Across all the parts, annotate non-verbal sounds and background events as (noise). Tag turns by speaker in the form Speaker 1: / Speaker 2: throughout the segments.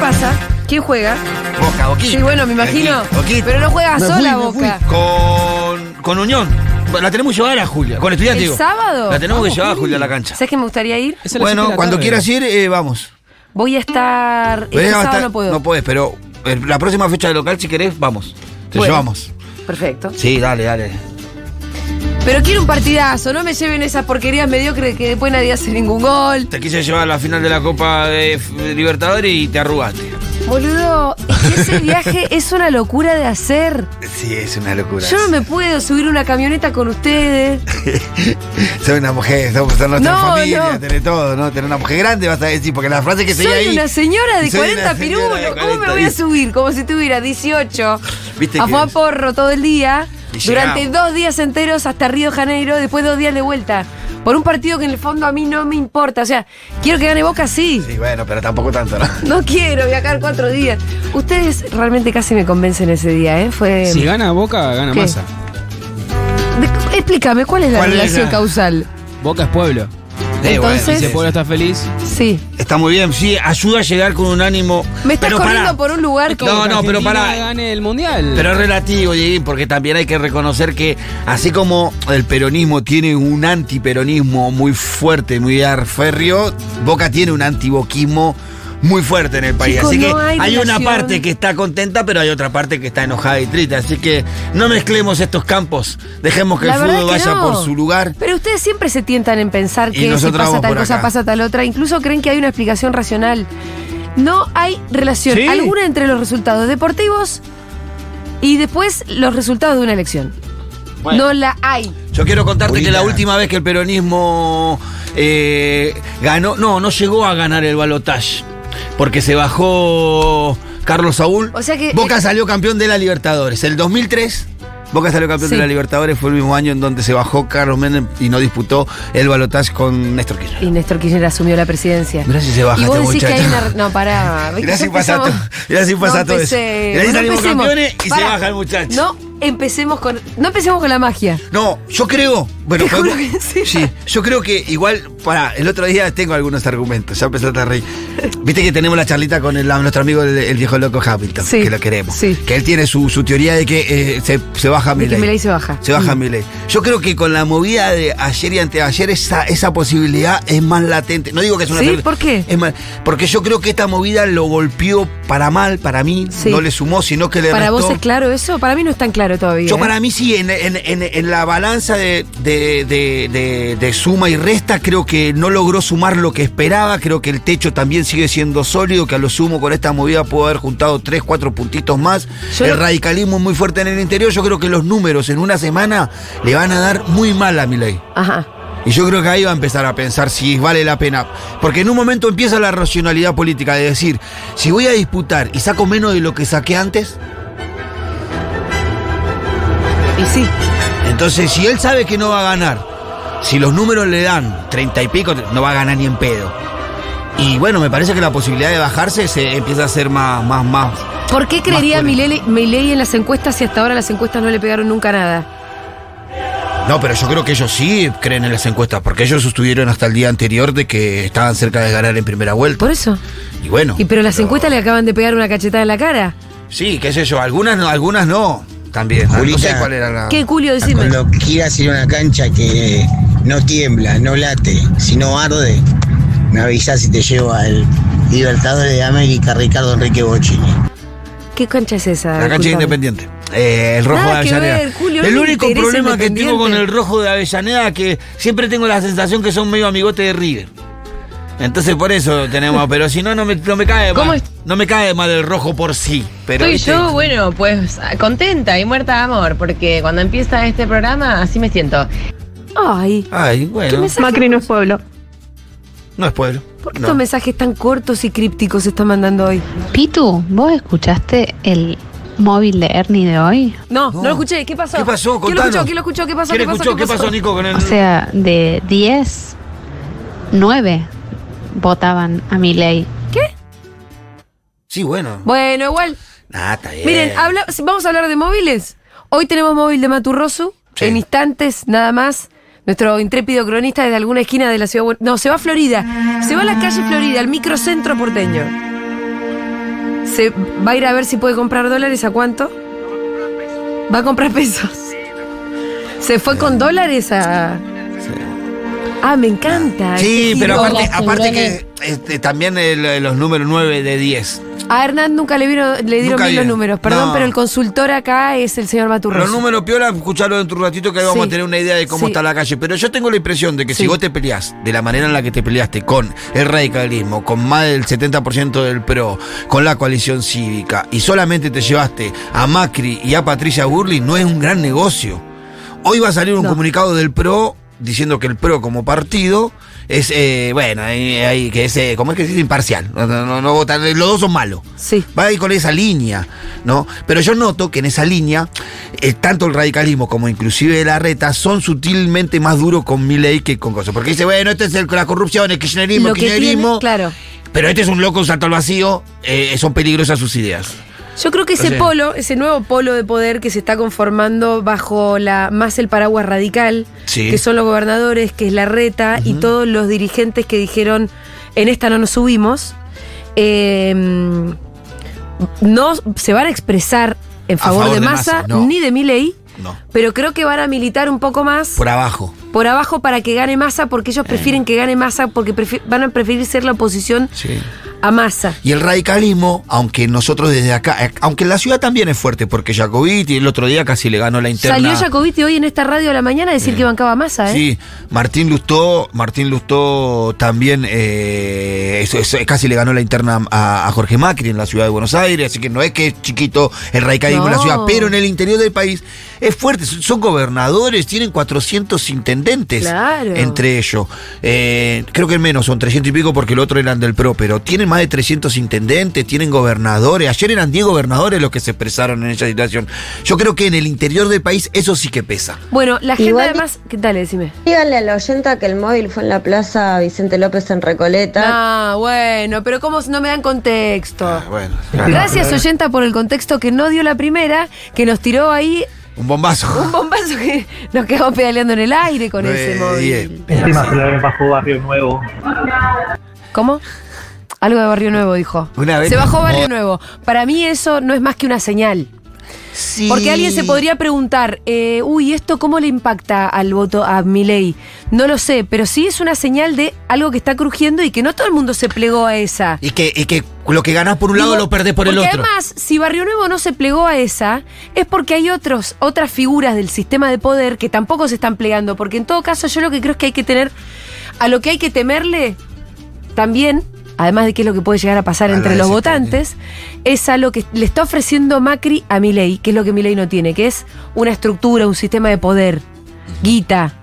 Speaker 1: pasa? ¿Quién juega?
Speaker 2: Boca, Boquita.
Speaker 1: Sí, bueno, me imagino.
Speaker 2: Boquita, Boquita.
Speaker 1: Pero no juega
Speaker 3: Me fui, me
Speaker 1: sola Boca.
Speaker 2: Con, con Unión. La tenemos que llevar a Julia. Con estudiantes,
Speaker 1: ¿El
Speaker 2: digo.
Speaker 1: sábado?
Speaker 2: La tenemos
Speaker 3: Vamos,
Speaker 2: que llevar a
Speaker 3: Juli.
Speaker 2: Julia a la cancha.
Speaker 1: ¿Sabes que me gustaría ir?
Speaker 3: Es a las siete de
Speaker 2: Bueno,
Speaker 3: la
Speaker 2: cuando
Speaker 3: tarde.
Speaker 2: quieras ir, eh, vamos.
Speaker 1: Voy a estar.
Speaker 2: Pero
Speaker 1: el
Speaker 2: ya va a
Speaker 1: sábado
Speaker 2: estar-
Speaker 1: no puedo.
Speaker 2: podés, pero eh, la próxima fecha de local, si querés, vamos. Te
Speaker 1: Bueno.
Speaker 2: llevamos.
Speaker 1: Perfecto.
Speaker 2: Sí, dale, dale.
Speaker 1: Pero quiero un partidazo, no me lleven esas porquerías mediocres que después nadie hace ningún gol.
Speaker 2: Te quise llevar a la final de la Copa de F- Libertadores y te arrugaste.
Speaker 1: Boludo, es que ese viaje es una locura de hacer.
Speaker 2: Sí, (laughs) es una locura.
Speaker 1: Yo no me puedo subir una camioneta con ustedes.
Speaker 2: Soy una mujer, somos son nuestra
Speaker 1: No,
Speaker 2: familia,
Speaker 1: no.
Speaker 2: tenés todo, ¿no? Tenés una mujer grande, vas a decir, porque la frase que se
Speaker 1: Soy
Speaker 2: ahí.
Speaker 1: una señora de
Speaker 2: soy
Speaker 1: 40
Speaker 2: una señora de
Speaker 1: pirulos. ¿Cómo me
Speaker 2: 40?
Speaker 1: voy a subir? Como si tuviera 18.
Speaker 2: Viste
Speaker 1: a
Speaker 2: que
Speaker 1: fumar
Speaker 2: es-
Speaker 1: porro todo el día.
Speaker 2: Y
Speaker 1: Durante
Speaker 2: llegamos.
Speaker 1: dos días enteros hasta Río de Janeiro, después dos días de vuelta. Por un partido que en el fondo a mí no me importa. O sea, quiero que gane Boca, sí.
Speaker 2: Sí, bueno, pero tampoco tanto, ¿no?
Speaker 1: No quiero viajar cuatro días. Ustedes realmente casi me convencen ese día, ¿eh? Fue.
Speaker 3: Si gana Boca, gana
Speaker 1: ¿Qué?
Speaker 3: Massa.
Speaker 1: De- explícame, ¿cuál es la
Speaker 2: ¿Cuál es
Speaker 1: relación
Speaker 2: la-
Speaker 1: causal?
Speaker 3: Boca es pueblo.
Speaker 2: Sí, bueno,
Speaker 1: Entonces-
Speaker 3: Eh, Si
Speaker 2: sí,
Speaker 3: el pueblo
Speaker 2: sí.
Speaker 3: está feliz,
Speaker 1: Sí.
Speaker 2: Está muy bien, sí, ayuda a llegar con un ánimo.
Speaker 1: Me estás
Speaker 2: pero
Speaker 1: corriendo
Speaker 2: pará.
Speaker 1: por un lugar como.
Speaker 2: No, no, pero
Speaker 3: Argentina
Speaker 2: pará.
Speaker 3: gane el mundial.
Speaker 2: Pero es relativo, Dieguín, porque también hay que reconocer que así como el peronismo tiene un antiperonismo muy fuerte, muy arférreo, Boca tiene un antiboquismo muy fuerte en el país.
Speaker 1: Chicos,
Speaker 2: así que
Speaker 1: no hay
Speaker 2: hay, una
Speaker 1: relación.
Speaker 2: parte que está contenta, pero hay otra parte que está enojada y triste. Así que no mezclemos estos campos. Dejemos que
Speaker 1: La
Speaker 2: el
Speaker 1: verdad
Speaker 2: fútbol
Speaker 1: es que
Speaker 2: vaya
Speaker 1: no.
Speaker 2: por su lugar.
Speaker 1: Pero ustedes siempre se tientan en pensar
Speaker 2: Y
Speaker 1: que si
Speaker 2: nosotros
Speaker 1: pasa
Speaker 2: vamos
Speaker 1: tal
Speaker 2: por
Speaker 1: cosa,
Speaker 2: acá.
Speaker 1: pasa tal otra. Incluso creen que hay una explicación racional. No hay relación
Speaker 3: Sí.
Speaker 1: alguna entre los resultados deportivos y después los resultados de una elección. No la hay.
Speaker 2: Yo quiero contarte que
Speaker 3: Bonita.
Speaker 2: la última vez que el peronismo eh, ganó, no, no llegó a ganar el balotaje, porque se bajó Carlos Saúl.
Speaker 1: O sea que-
Speaker 2: Boca salió campeón de la Libertadores. El 2003, Boca salió campeón
Speaker 1: Sí.
Speaker 2: de la Libertadores, fue el mismo año en donde se bajó Carlos Menem y no disputó el balotaje con Néstor Kirchner.
Speaker 1: Y Néstor Kirchner asumió la presidencia.
Speaker 2: Mirá si se baja
Speaker 1: Y vos
Speaker 2: este
Speaker 1: decís que hay
Speaker 2: muchacho.
Speaker 1: una. No, pará. ¿Ves que
Speaker 2: Mirá
Speaker 1: ya
Speaker 2: si pasa
Speaker 1: empezamos?
Speaker 2: todo- (laughs) mirá si pasa todo eso.
Speaker 1: empecemos,
Speaker 2: Mirá si salimos
Speaker 1: empecemos.
Speaker 2: campeones y se
Speaker 1: Pará,
Speaker 2: baja el muchacho.
Speaker 1: No empecemos con. No empecemos con la magia.
Speaker 2: No, yo creo. Bueno,
Speaker 1: Te juro
Speaker 2: podemos-
Speaker 1: que sí.
Speaker 2: sí, yo creo que igual, para, el otro día tengo algunos argumentos, ya empezaste a reír. Viste que tenemos la charlita con el, nuestro amigo el, el viejo loco Hamilton,
Speaker 1: Sí,
Speaker 2: que lo queremos.
Speaker 1: sí.
Speaker 2: Que él tiene su, su teoría de que eh, se, se baja
Speaker 1: De que
Speaker 2: Milei.
Speaker 1: Milei se baja.
Speaker 2: Se baja
Speaker 1: Mm.
Speaker 2: Milei. Yo creo que con la movida de ayer y anteayer esa, esa posibilidad es más latente. No digo que es una
Speaker 1: ¿Sí?
Speaker 2: teoría-
Speaker 1: ¿Por qué?
Speaker 2: es más- porque yo creo que esta movida lo golpeó para mal, para mí,
Speaker 1: Sí.
Speaker 2: no le sumó, sino que le
Speaker 1: ¿Para
Speaker 2: restó.
Speaker 1: vos es claro eso? Para mí no es tan claro todavía.
Speaker 2: Yo
Speaker 1: ¿eh?
Speaker 2: para mí sí, en, en- en- en la balanza de, de- de- de- de suma y resta, creo que no logró sumar lo que esperaba, creo que el techo también sigue siendo sólido, que a lo sumo con esta movida pudo haber juntado tres, cuatro puntitos más.
Speaker 1: Yo
Speaker 2: el
Speaker 1: lo-
Speaker 2: radicalismo es muy fuerte en el interior, yo creo que los números en una semana le van a dar muy mal a Milei.
Speaker 1: Ajá.
Speaker 2: Y yo creo que ahí va a empezar a pensar si vale la pena. Porque en un momento empieza la racionalidad política de decir, si voy a disputar y saco menos de lo que saqué antes,
Speaker 1: Y sí.
Speaker 2: Entonces, si él sabe que no va a ganar, si los números le dan treinta y pico, no va a ganar ni en pedo. Y bueno, me parece que la posibilidad de bajarse se empieza a ser más, más, más.
Speaker 1: ¿Por qué creería
Speaker 2: Más
Speaker 1: Milei Milei en las encuestas si hasta ahora las encuestas no le pegaron nunca nada?
Speaker 2: No, pero yo creo que ellos sí creen en las encuestas, porque ellos estuvieron hasta el día anterior de que estaban cerca de ganar en primera vuelta.
Speaker 1: Por eso.
Speaker 2: Y bueno.
Speaker 1: Y pero las encuestas le acaban de pegar una cachetada en la cara.
Speaker 2: Sí, qué sé yo, algunas no, algunas no. También. no sé
Speaker 4: Julita.
Speaker 2: cuál era la.
Speaker 1: ¿Qué culio decime?
Speaker 4: Cuando quieras ir a una cancha que no tiembla, no late, sino arde, me avisas si te llevo al Libertadores de América Ricardo Enrique Bochini.
Speaker 1: ¿Qué cancha es esa?
Speaker 2: La cancha de
Speaker 1: Disculpame.
Speaker 2: independiente. Eh, el rojo
Speaker 1: Nada
Speaker 2: de
Speaker 1: que
Speaker 2: Avellaneda.
Speaker 1: ver, Julio,
Speaker 2: el
Speaker 1: no me
Speaker 2: único
Speaker 1: interesa
Speaker 2: problema que tengo con
Speaker 1: Independiente.
Speaker 2: el rojo de Avellaneda que siempre tengo la sensación que son medio amigotes de River. Entonces por eso
Speaker 1: (laughs)
Speaker 2: tenemos, pero si no, no me, no me cae
Speaker 5: ¿Cómo
Speaker 2: mal.
Speaker 5: es?
Speaker 2: No me cae mal el rojo por sí. Pero
Speaker 5: Estoy
Speaker 2: viste,
Speaker 5: yo, bueno, pues contenta y muerta de amor, porque cuando empieza este programa así me siento.
Speaker 1: Ay.
Speaker 2: Ay,
Speaker 1: ¿Qué
Speaker 2: bueno.
Speaker 1: mensaje?
Speaker 6: Macri no es pueblo.
Speaker 2: No es pueblo.
Speaker 1: ¿Por qué
Speaker 2: No.
Speaker 1: estos mensajes tan cortos y crípticos se están mandando hoy?
Speaker 7: Pitu, ¿vos escuchaste el móvil de Ernie de hoy?
Speaker 1: No, no,
Speaker 2: No.
Speaker 1: lo escuché. ¿Qué pasó?
Speaker 2: ¿Qué pasó?
Speaker 1: ¿Quién lo
Speaker 2: Contanos.
Speaker 1: escuchó? ¿Quién lo escuchó? ¿Qué pasó?
Speaker 2: ¿Quién escuchó? ¿Qué pasó, Nico, con el.?
Speaker 7: O sea, de 10, 9 votaban a mi ley.
Speaker 2: sí, bueno.
Speaker 1: Bueno, igual.
Speaker 2: Nah, está bien.
Speaker 1: Miren, habla- vamos a hablar de móviles. Hoy tenemos móvil de Maturrosu.
Speaker 2: Sí.
Speaker 1: En instantes, nada más. Nuestro intrépido cronista desde alguna esquina de la ciudad. de Buen- No, se va a Florida. Se va a la calle Florida, al microcentro porteño. Se va a ir a ver si puede comprar dólares. ¿A cuánto? Va a comprar pesos. Se fue con dólares a. Ah, me encanta.
Speaker 2: Sí,
Speaker 1: este
Speaker 2: pero
Speaker 1: giro.
Speaker 2: aparte,
Speaker 6: Las
Speaker 2: aparte
Speaker 6: señales.
Speaker 2: que este, también el- los números 9 de 10.
Speaker 1: A Hernán nunca le, vieron, le dieron
Speaker 2: Nunca
Speaker 1: bien los
Speaker 2: bien.
Speaker 1: números. Perdón,
Speaker 2: No.
Speaker 1: pero el consultor acá es el señor Maturroso.
Speaker 2: Los números piola, escuchalo dentro de un ratito que ahí vamos
Speaker 1: Sí.
Speaker 2: a tener una idea de
Speaker 1: Sí.
Speaker 2: cómo está la calle. Pero yo tengo la impresión de que
Speaker 1: Sí.
Speaker 2: si vos te peleás de la manera en la que te peleaste con el radicalismo, con más del 70% del PRO, con la coalición cívica, y solamente te llevaste a Macri y a Patricia Burley, no es un gran negocio. Hoy va a salir un
Speaker 1: No.
Speaker 2: comunicado del PRO diciendo que el PRO como partido es, eh, bueno, ahí- ahí que es, eh, ¿cómo es que se dice? Imparcial. No, no, no, no votan, los dos son malos
Speaker 1: Sí.
Speaker 2: va a ir con esa línea, ¿no? Pero yo noto que en esa línea, eh, tanto el radicalismo como inclusive la reta son sutilmente más duros con Milei que con cosas. Porque dice, bueno, este es el, la corrupción, el kirchnerismo,
Speaker 1: Lo
Speaker 2: el
Speaker 1: que tiene,
Speaker 2: kirchnerismo.
Speaker 1: claro.
Speaker 2: Pero este es un loco, un salto al vacío, eh, son peligrosas sus ideas.
Speaker 1: Yo creo que ese
Speaker 2: Sí.
Speaker 1: polo, ese nuevo polo de poder que se está conformando bajo la más el paraguas radical,
Speaker 2: Sí.
Speaker 1: que son los gobernadores, que es la reta y todos los dirigentes que dijeron en esta no nos subimos, eh, no se van a expresar en
Speaker 2: A
Speaker 1: favor, de, masa,
Speaker 2: no.
Speaker 1: ni de mi ley,
Speaker 2: No.
Speaker 1: pero creo que van a militar un poco más
Speaker 2: Por abajo. Eh.
Speaker 1: por abajo para que gane masa, porque ellos prefieren que gane masa, porque prefi- van a preferir ser la oposición
Speaker 2: Sí.
Speaker 1: a masa.
Speaker 2: Y el radicalismo, aunque nosotros desde acá, eh, aunque la ciudad también es fuerte, porque Jacobiti el otro día casi le ganó la interna.
Speaker 1: Salió Jacobiti hoy en esta radio a la mañana a decir que bancaba masa, ¿eh?
Speaker 2: Sí, Martín Lustó, Martín Lustó también eh, eso- eso- casi le ganó la interna a, a Jorge Macri en la ciudad de Buenos Aires, así que no es que es chiquito el radicalismo en la
Speaker 1: No.
Speaker 2: ciudad, pero en el interior del país es fuerte, son son gobernadores, tienen 400 intendentes
Speaker 1: Claro.
Speaker 2: entre ellos. Eh, creo que menos, son 300 y pico porque el otro eran del PRO, pero tienen más de 300 intendentes, tienen gobernadores, ayer eran 10 gobernadores los que se expresaron en esa situación. Yo creo que en el interior del país eso sí que pesa.
Speaker 1: Bueno, la agenda
Speaker 6: Igual-
Speaker 1: además, ¿qué tal? Decime.
Speaker 6: Díganle a la oyenta que el móvil fue en la plaza Vicente López en Recoleta.
Speaker 1: Ah, bueno, pero ¿cómo no me dan contexto?
Speaker 2: Ah, bueno.
Speaker 1: Gracias, Oyenta, por el contexto que no dio la primera, que nos tiró ahí
Speaker 2: Un bombazo.
Speaker 1: un bombazo que nos quedamos pedaleando en el aire con ese
Speaker 2: Eh,
Speaker 1: móvil.
Speaker 2: bien.
Speaker 8: Encima se la ven bajo barrio nuevo.
Speaker 1: ¿Cómo? Algo de Barrio Nuevo, dijo.
Speaker 2: Una vez-
Speaker 1: Se bajó Barrio Nuevo. Para mí eso no es más que una señal.
Speaker 2: Sí.
Speaker 1: Porque alguien se podría preguntar, eh, uy, ¿esto cómo le impacta al voto a Milei? No lo sé, pero sí es una señal de algo que está crujiendo y que no todo el mundo se plegó a esa.
Speaker 2: Y que, y que lo que ganás por un
Speaker 1: Digo,
Speaker 2: lado lo perdés por el
Speaker 1: porque
Speaker 2: otro.
Speaker 1: Además, si Barrio Nuevo no se plegó a esa, es porque hay otros, otras figuras del sistema de poder que tampoco se están plegando. Porque en todo caso, yo lo que creo es que hay que tener. A lo que hay que temerle también, además de qué es lo que puede llegar a pasar
Speaker 2: A la
Speaker 1: entre los votantes,
Speaker 2: desestabilidad.
Speaker 1: es a lo que le está ofreciendo Macri a Milei, que es lo que Milei no tiene, que es una estructura, un sistema de poder, guita,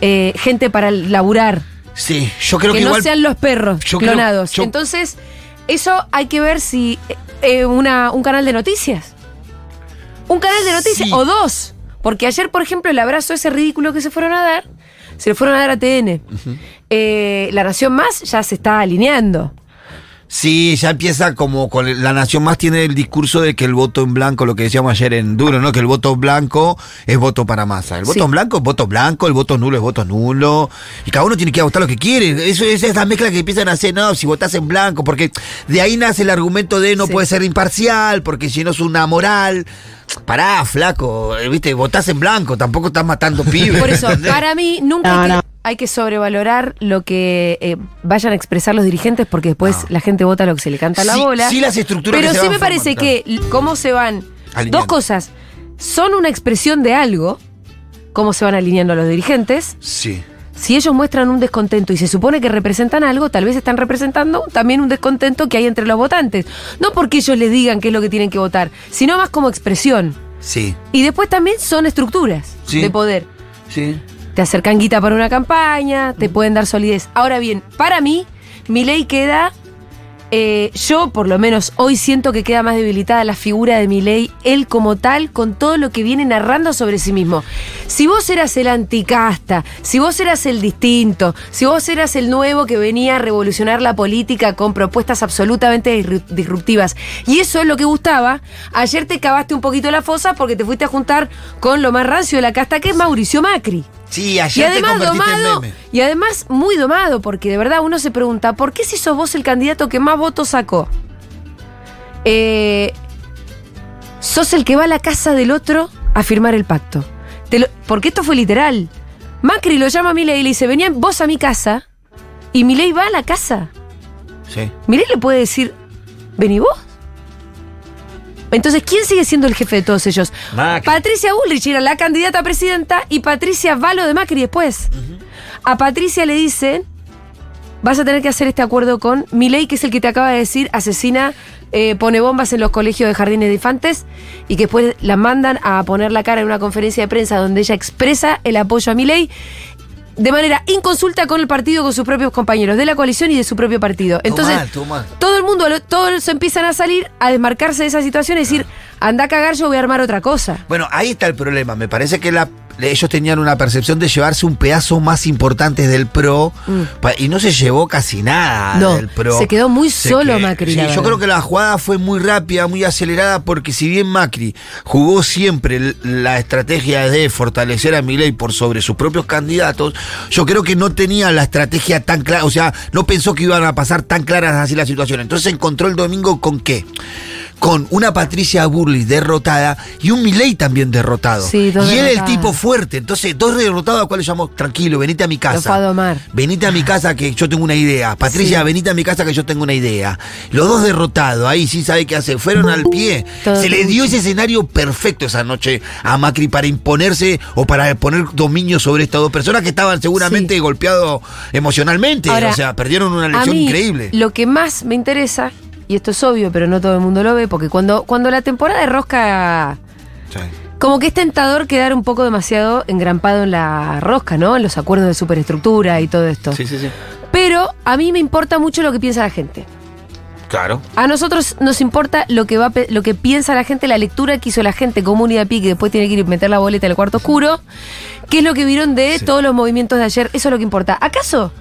Speaker 1: eh, gente para laburar
Speaker 2: sí, yo creo que,
Speaker 1: que no
Speaker 2: igual.
Speaker 1: sean los perros
Speaker 2: yo creo-
Speaker 1: clonados.
Speaker 2: yo-
Speaker 1: Entonces, eso hay que ver si eh, eh, una, un canal de noticias. Un canal de noticias
Speaker 2: Sí.
Speaker 1: o dos. Porque ayer, por ejemplo, el abrazo ese ridículo que se fueron a dar, se lo fueron a dar a TN. Eh, la Nación Más ya se está alineando.
Speaker 2: Sí, ya empieza como con el- la nación más tiene el discurso de que el voto en blanco, lo que decíamos ayer en Duro, ¿no? Que el voto blanco es voto para masa. El voto
Speaker 1: Sí.
Speaker 2: en blanco es voto blanco, el voto nulo es voto nulo. Y cada uno tiene que ir a votar lo que quiere. Eso es esa mezcla que empiezan a hacer, no, si votás en blanco, porque de ahí nace el argumento de no
Speaker 1: Sí.
Speaker 2: puede ser imparcial, porque si no es una moral. Pará, flaco, eh, viste, votás en blanco, tampoco estás matando pibes.
Speaker 1: Por
Speaker 2: (laughs)
Speaker 1: eso,
Speaker 2: ¿entendés?
Speaker 1: para mí, nunca hay, que, hay que sobrevalorar lo que eh, vayan a expresar los dirigentes, porque después la gente vota lo que se le canta a la
Speaker 2: Sí-
Speaker 1: bola.
Speaker 2: sí las estructuras
Speaker 1: Pero
Speaker 2: que se
Speaker 1: sí
Speaker 2: van
Speaker 1: me parece
Speaker 2: formando.
Speaker 1: que l- cómo se van.
Speaker 2: Alineando.
Speaker 1: Dos cosas. Son una expresión de algo, cómo se van alineando los dirigentes.
Speaker 2: Sí.
Speaker 1: Si ellos muestran un descontento y se supone que representan algo, tal vez están representando también un descontento que hay entre los votantes. No porque ellos les digan qué es lo que tienen que votar, sino más como expresión.
Speaker 2: Sí.
Speaker 1: Y después también son estructuras
Speaker 2: Sí.
Speaker 1: de poder.
Speaker 2: Sí.
Speaker 1: Te acercan guita para una campaña, te pueden dar solidez. Ahora bien, para mí, mi ley queda. eh, yo, por lo menos, hoy siento que queda más debilitada la figura de mi ley, él como tal, con todo lo que viene narrando sobre sí mismo. Si vos eras el anticasta, si vos eras el distinto, si vos eras el nuevo que venía a revolucionar la política con propuestas absolutamente disru- disruptivas, y eso es lo que gustaba, ayer te cavaste un poquito la fosa porque te fuiste a juntar con lo más rancio de la casta, que es Mauricio Macri.
Speaker 2: Sí,
Speaker 1: Y
Speaker 2: ayer te
Speaker 1: además
Speaker 2: convertiste
Speaker 1: domado,
Speaker 2: en meme.
Speaker 1: y además muy domado, porque de verdad uno se pregunta, ¿por qué si sos vos el candidato que más votos sacó? eh, sos el que va a la casa del otro a firmar el pacto. Te lo- porque esto fue literal. Macri lo llama a Milei y le dice, venían vos a mi casa. Y Milei va a la casa.
Speaker 2: Sí.
Speaker 1: Milei le puede decir, vení vos. Entonces, ¿quién sigue siendo el jefe de todos ellos?
Speaker 2: Macri.
Speaker 1: Patricia Bullrich era la candidata a presidenta y Patricia va a lo de Macri después. A Patricia le dicen, vas a tener que hacer este acuerdo con Milei, que es el que te acaba de decir, asesina, eh, pone bombas en los colegios de jardines de infantes y que después la mandan a poner la cara en una conferencia de prensa donde ella expresa el apoyo a Milei de manera inconsulta con el partido, con sus propios compañeros de la coalición y de su propio partido. Entonces,
Speaker 2: mal, todo mal.
Speaker 1: todo el mundo, lo- todos empiezan a salir, a desmarcarse de esa situación y decir, anda a cagar, yo voy a armar otra cosa.
Speaker 2: Bueno, ahí está el problema. Me parece que la- ellos tenían una percepción de llevarse un pedazo más importante del PRO pa- y no se llevó casi nada
Speaker 1: Mm. No,
Speaker 2: del PRO.
Speaker 1: se quedó muy solo
Speaker 2: que-
Speaker 1: Macri,
Speaker 2: sí,
Speaker 1: la
Speaker 2: yo
Speaker 1: verdad.
Speaker 2: creo que la jugada fue muy rápida, muy acelerada, porque si bien Macri jugó siempre l- la estrategia de fortalecer a Milei por sobre sus propios candidatos, yo creo que no tenía la estrategia tan clara, o sea, no pensó que iban a pasar tan claras así la situación. Entonces se encontró el domingo con qué? con una Patricia Burley derrotada y un Milei también derrotado.
Speaker 1: Sí, dos
Speaker 2: y él el
Speaker 1: derrotadas.
Speaker 2: tipo fuerte. Entonces, dos derrotados a cuales llamó, tranquilo, venite a mi
Speaker 1: Lo fue a
Speaker 2: casa.
Speaker 1: domar.
Speaker 2: Venite
Speaker 1: (laughs)
Speaker 2: a mi casa que yo tengo una idea. Patricia,
Speaker 1: Sí.
Speaker 2: venite a mi casa que yo tengo una idea. Los dos derrotados, ahí sí sabe qué hacer. Fueron al pie.
Speaker 1: Todo
Speaker 2: Se le
Speaker 1: trucho.
Speaker 2: dio ese escenario perfecto esa noche a Macri para imponerse o para poner dominio sobre estas dos personas que estaban seguramente
Speaker 1: Sí.
Speaker 2: golpeados emocionalmente.
Speaker 1: Ahora,
Speaker 2: o sea, perdieron una
Speaker 1: A
Speaker 2: elección
Speaker 1: mí,
Speaker 2: increíble.
Speaker 1: Lo que más me interesa, y esto es obvio, pero no todo el mundo lo ve, porque cuando, cuando la temporada de rosca.
Speaker 2: Sí.
Speaker 1: Como que es tentador quedar un poco demasiado engrampado en la rosca, ¿no? En los acuerdos de superestructura y todo esto.
Speaker 2: sí, sí.
Speaker 1: Pero a mí me importa mucho lo que piensa la gente.
Speaker 2: Claro.
Speaker 1: A nosotros nos importa lo que va a pe- lo que piensa la gente, la lectura que hizo la gente como unidad pi que después tiene que ir y meter la boleta en el cuarto oscuro, que es lo que vieron de todos los movimientos de ayer, eso es lo que importa. ¿Acaso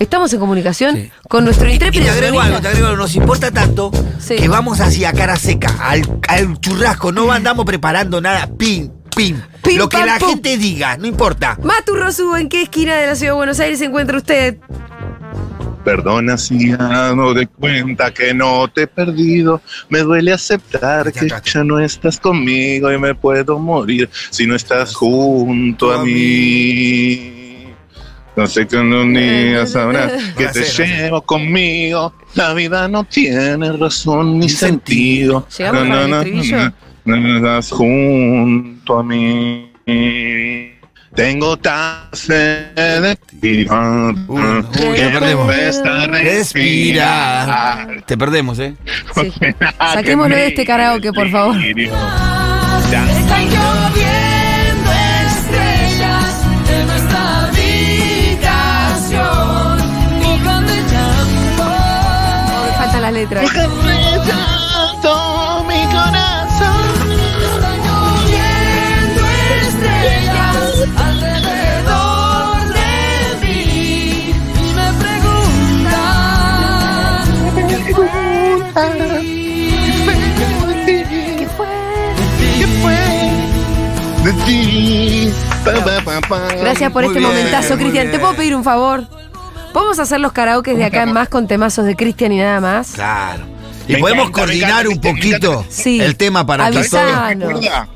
Speaker 1: estamos en comunicación
Speaker 2: Sí.
Speaker 1: con nuestro
Speaker 2: Y
Speaker 1: intrépido
Speaker 2: te agrego
Speaker 1: cronista?
Speaker 2: algo, te agrego algo, nos importa tanto
Speaker 1: Sí. Mm.
Speaker 2: que vamos hacia cara seca, al, al churrasco, no andamos preparando nada, pim, pim.
Speaker 1: Pim,
Speaker 2: Lo que
Speaker 1: pam,
Speaker 2: la
Speaker 1: pum.
Speaker 2: gente diga, no importa.
Speaker 1: Matu Rosu, ¿en qué esquina de la ciudad de Buenos Aires se encuentra usted?
Speaker 9: Perdona si no de cuenta que no te he perdido. Me duele aceptar
Speaker 2: Ya
Speaker 9: que
Speaker 2: está.
Speaker 9: ya no estás conmigo y me puedo morir si no estás junto a mí. No sé qué un
Speaker 1: Eh, (laughs)
Speaker 9: día sabrás que
Speaker 2: Ahora
Speaker 9: te
Speaker 2: sí, ahora sí.
Speaker 9: llevo conmigo. La vida no tiene razón
Speaker 2: Ni
Speaker 9: ni sentido.
Speaker 1: ¿Llegamos para el estribillo?
Speaker 9: no, no estás junto a mí. Tengo tan sed de ti. ah, ah,
Speaker 2: Uy, uy,
Speaker 9: que
Speaker 2: lo perdemos.
Speaker 9: cuesta respirar.
Speaker 2: Te perdemos, ¿eh?
Speaker 1: Sí. Saquémoslo de este karaoke, por favor. Oh, me faltan las letras.
Speaker 9: De ti. Pa, pa, pa, pa.
Speaker 1: Gracias por
Speaker 2: Muy
Speaker 1: este
Speaker 2: bien,
Speaker 1: momentazo,
Speaker 2: muy
Speaker 1: Cristian. ¿Te
Speaker 2: bien.
Speaker 1: puedo pedir un favor? ¿Podemos hacer los karaokes de acá en más con temazos de Cristian y nada más?
Speaker 2: Claro. Y
Speaker 9: Me
Speaker 2: podemos
Speaker 9: encanta, me
Speaker 2: coordinar
Speaker 9: encanta,
Speaker 2: un
Speaker 9: me encanta.
Speaker 2: poquito
Speaker 1: Sí.
Speaker 2: el tema para que
Speaker 1: Avisá.
Speaker 2: todo.
Speaker 1: Claro.
Speaker 9: Recuerda,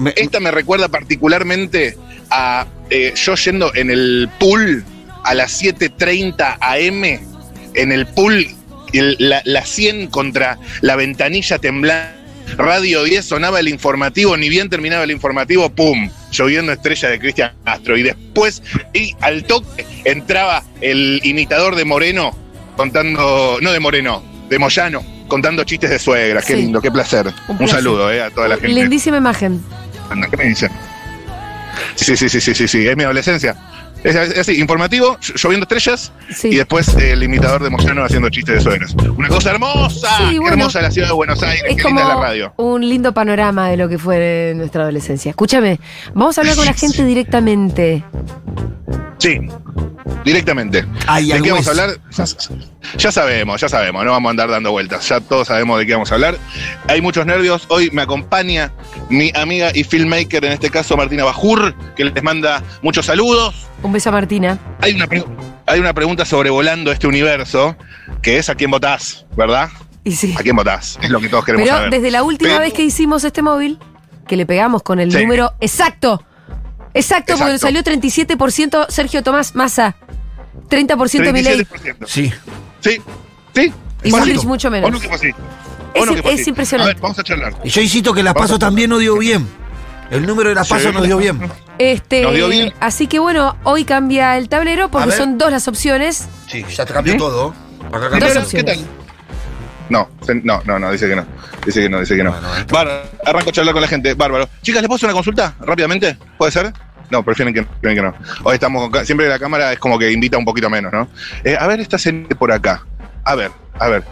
Speaker 2: Me-
Speaker 9: Esta me recuerda particularmente a eh, yo yendo en el pool a las 7.30 am, en el pool, el- la, la 100 contra la ventanilla temblando. Radio 10 sonaba el informativo, ni bien terminaba el informativo, ¡pum! Lloviendo estrella de Cristian Castro. Y después, y al toque, entraba el imitador de Moreno contando, no de Moreno, de Moyano, contando chistes de suegra. Qué
Speaker 1: Sí.
Speaker 9: lindo, qué placer. Un,
Speaker 1: placer. Ah,
Speaker 9: saludo eh, a toda la gente.
Speaker 1: Lindísima imagen.
Speaker 9: Anda, ¿Qué me dicen? Sí, sí, sí, sí, sí, sí, es mi adolescencia. Es, es así, informativo, ll- lloviendo estrellas
Speaker 1: Sí.
Speaker 9: y después eh, el imitador de Moyano haciendo chistes de suegras. Una cosa hermosa,
Speaker 1: Sí,
Speaker 9: qué
Speaker 1: bueno.
Speaker 9: hermosa la ciudad de Buenos Aires,
Speaker 1: Es
Speaker 9: qué
Speaker 1: como
Speaker 9: linda es la radio.
Speaker 1: un lindo panorama de lo que fue nuestra adolescencia. Escúchame, vamos a hablar con la gente directamente.
Speaker 9: Sí, directamente.
Speaker 2: Ay,
Speaker 9: ¿De
Speaker 2: al
Speaker 9: qué vamos a
Speaker 2: hueso.
Speaker 9: hablar? Ya, ya sabemos, ya sabemos, no vamos a andar dando vueltas, ya todos sabemos de qué vamos a hablar. Hay muchos nervios, hoy me acompaña mi amiga y filmmaker, en este caso Martina Bajur, que les manda muchos saludos.
Speaker 1: Un beso a Martina.
Speaker 9: Hay una, pre- hay una pregunta sobrevolando este universo, que es a quién votás, ¿verdad?
Speaker 1: Y sí.
Speaker 9: ¿A quién votás? Es lo que todos queremos
Speaker 1: Pero
Speaker 9: saber.
Speaker 1: desde la última
Speaker 9: Pero-
Speaker 1: vez que hicimos este móvil, que le pegamos con el
Speaker 9: Sí.
Speaker 1: número exacto. Exacto, porque nos
Speaker 9: Exacto.
Speaker 1: salió 37% Sergio Tomás Massa. 30% Milei.
Speaker 9: 37%.
Speaker 2: Sí.
Speaker 9: Sí, sí.
Speaker 1: Y
Speaker 9: Fácil.
Speaker 1: Bullrich mucho menos.
Speaker 9: O no que fue así.
Speaker 1: Es
Speaker 9: O no
Speaker 1: im-
Speaker 9: que fue
Speaker 1: es
Speaker 9: así.
Speaker 1: impresionante.
Speaker 9: A ver, vamos a charlar.
Speaker 2: Y yo insisto que la paso también no dio bien. El número de la
Speaker 9: Sí.
Speaker 2: paso no dio bien.
Speaker 1: Este,
Speaker 9: Nos dio bien.
Speaker 1: Así que bueno, hoy cambia el tablero porque
Speaker 2: ver.
Speaker 1: son dos las opciones.
Speaker 2: Sí, ya te cambió
Speaker 9: ¿Sí?
Speaker 2: todo. Acá
Speaker 1: ¿Eh? Dos
Speaker 2: cambió.
Speaker 9: Pero, ¿Qué
Speaker 1: opciones.
Speaker 9: tal? No, se- no, no, no, dice que no. Dice que no, dice que no. Bárbaro, arranco a charlar con la gente, bárbaro. Chicas, ¿les puedo hacer una consulta rápidamente? ¿Puede ser? No, prefieren que no. prefieren que no. Hoy estamos con ca- Siempre la cámara es como que invita un poquito menos, ¿no? Eh, a ver, esta señora por acá. A ver, a ver.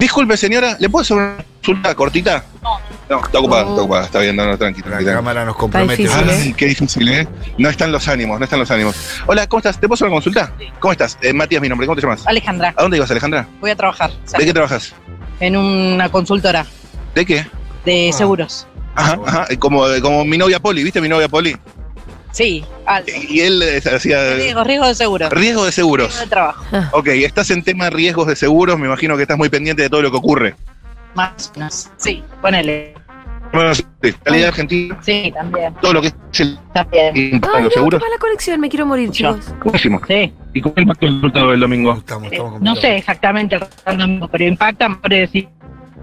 Speaker 9: Disculpe, señora, ¿le puedo hacer una consulta cortita? No, está ocupada, está ocupada, está bien, no, no, tranqui,
Speaker 2: La
Speaker 9: tranqui, tranqui.
Speaker 2: cámara nos compromete.
Speaker 1: Está difícil,
Speaker 2: ¿verdad?
Speaker 9: Ay, qué difícil, ¿eh? No están los ánimos, no están los ánimos. Hola, ¿cómo estás? ¿Te puedo hacer una consulta? ¿Cómo estás? Eh, Matías, mi nombre, ¿cómo te llamas?
Speaker 10: Alejandra,
Speaker 9: ¿A dónde ibas, Alejandra?
Speaker 10: voy a trabajar o sea,
Speaker 9: ¿De qué trabajas?
Speaker 10: en una consultora
Speaker 9: ¿De qué?
Speaker 10: de
Speaker 2: Ah.
Speaker 10: seguros.
Speaker 9: Ajá, ajá, como, como mi novia Poli, ¿viste mi novia Poli?
Speaker 10: Sí, alto.
Speaker 9: Y él eh, hacía
Speaker 10: Riesgo, riesgo de seguros.
Speaker 9: riesgo de
Speaker 10: Riesgo
Speaker 9: seguros.
Speaker 10: de trabajo.
Speaker 1: Ah.
Speaker 9: Ok, estás en tema riesgos de seguros, me imagino que estás muy pendiente de todo lo que ocurre.
Speaker 10: Más o menos. Sí, ponele.
Speaker 9: Bueno, sí, calidad argentina,
Speaker 10: Sí, también.
Speaker 9: todo lo que es el
Speaker 10: También.
Speaker 9: impacto
Speaker 1: Ay,
Speaker 9: en
Speaker 1: Ah, no,
Speaker 9: los seguros.
Speaker 1: qué mala conexión, me quiero morir,
Speaker 10: Yo.
Speaker 1: chicos.
Speaker 9: Buenísimo.
Speaker 10: Sí.
Speaker 9: ¿Y cómo impactó el resultado del domingo?
Speaker 2: Estamos,
Speaker 10: Eh,
Speaker 2: estamos
Speaker 10: No
Speaker 2: complicados.
Speaker 10: sé exactamente el resultado mismo, pero impacta más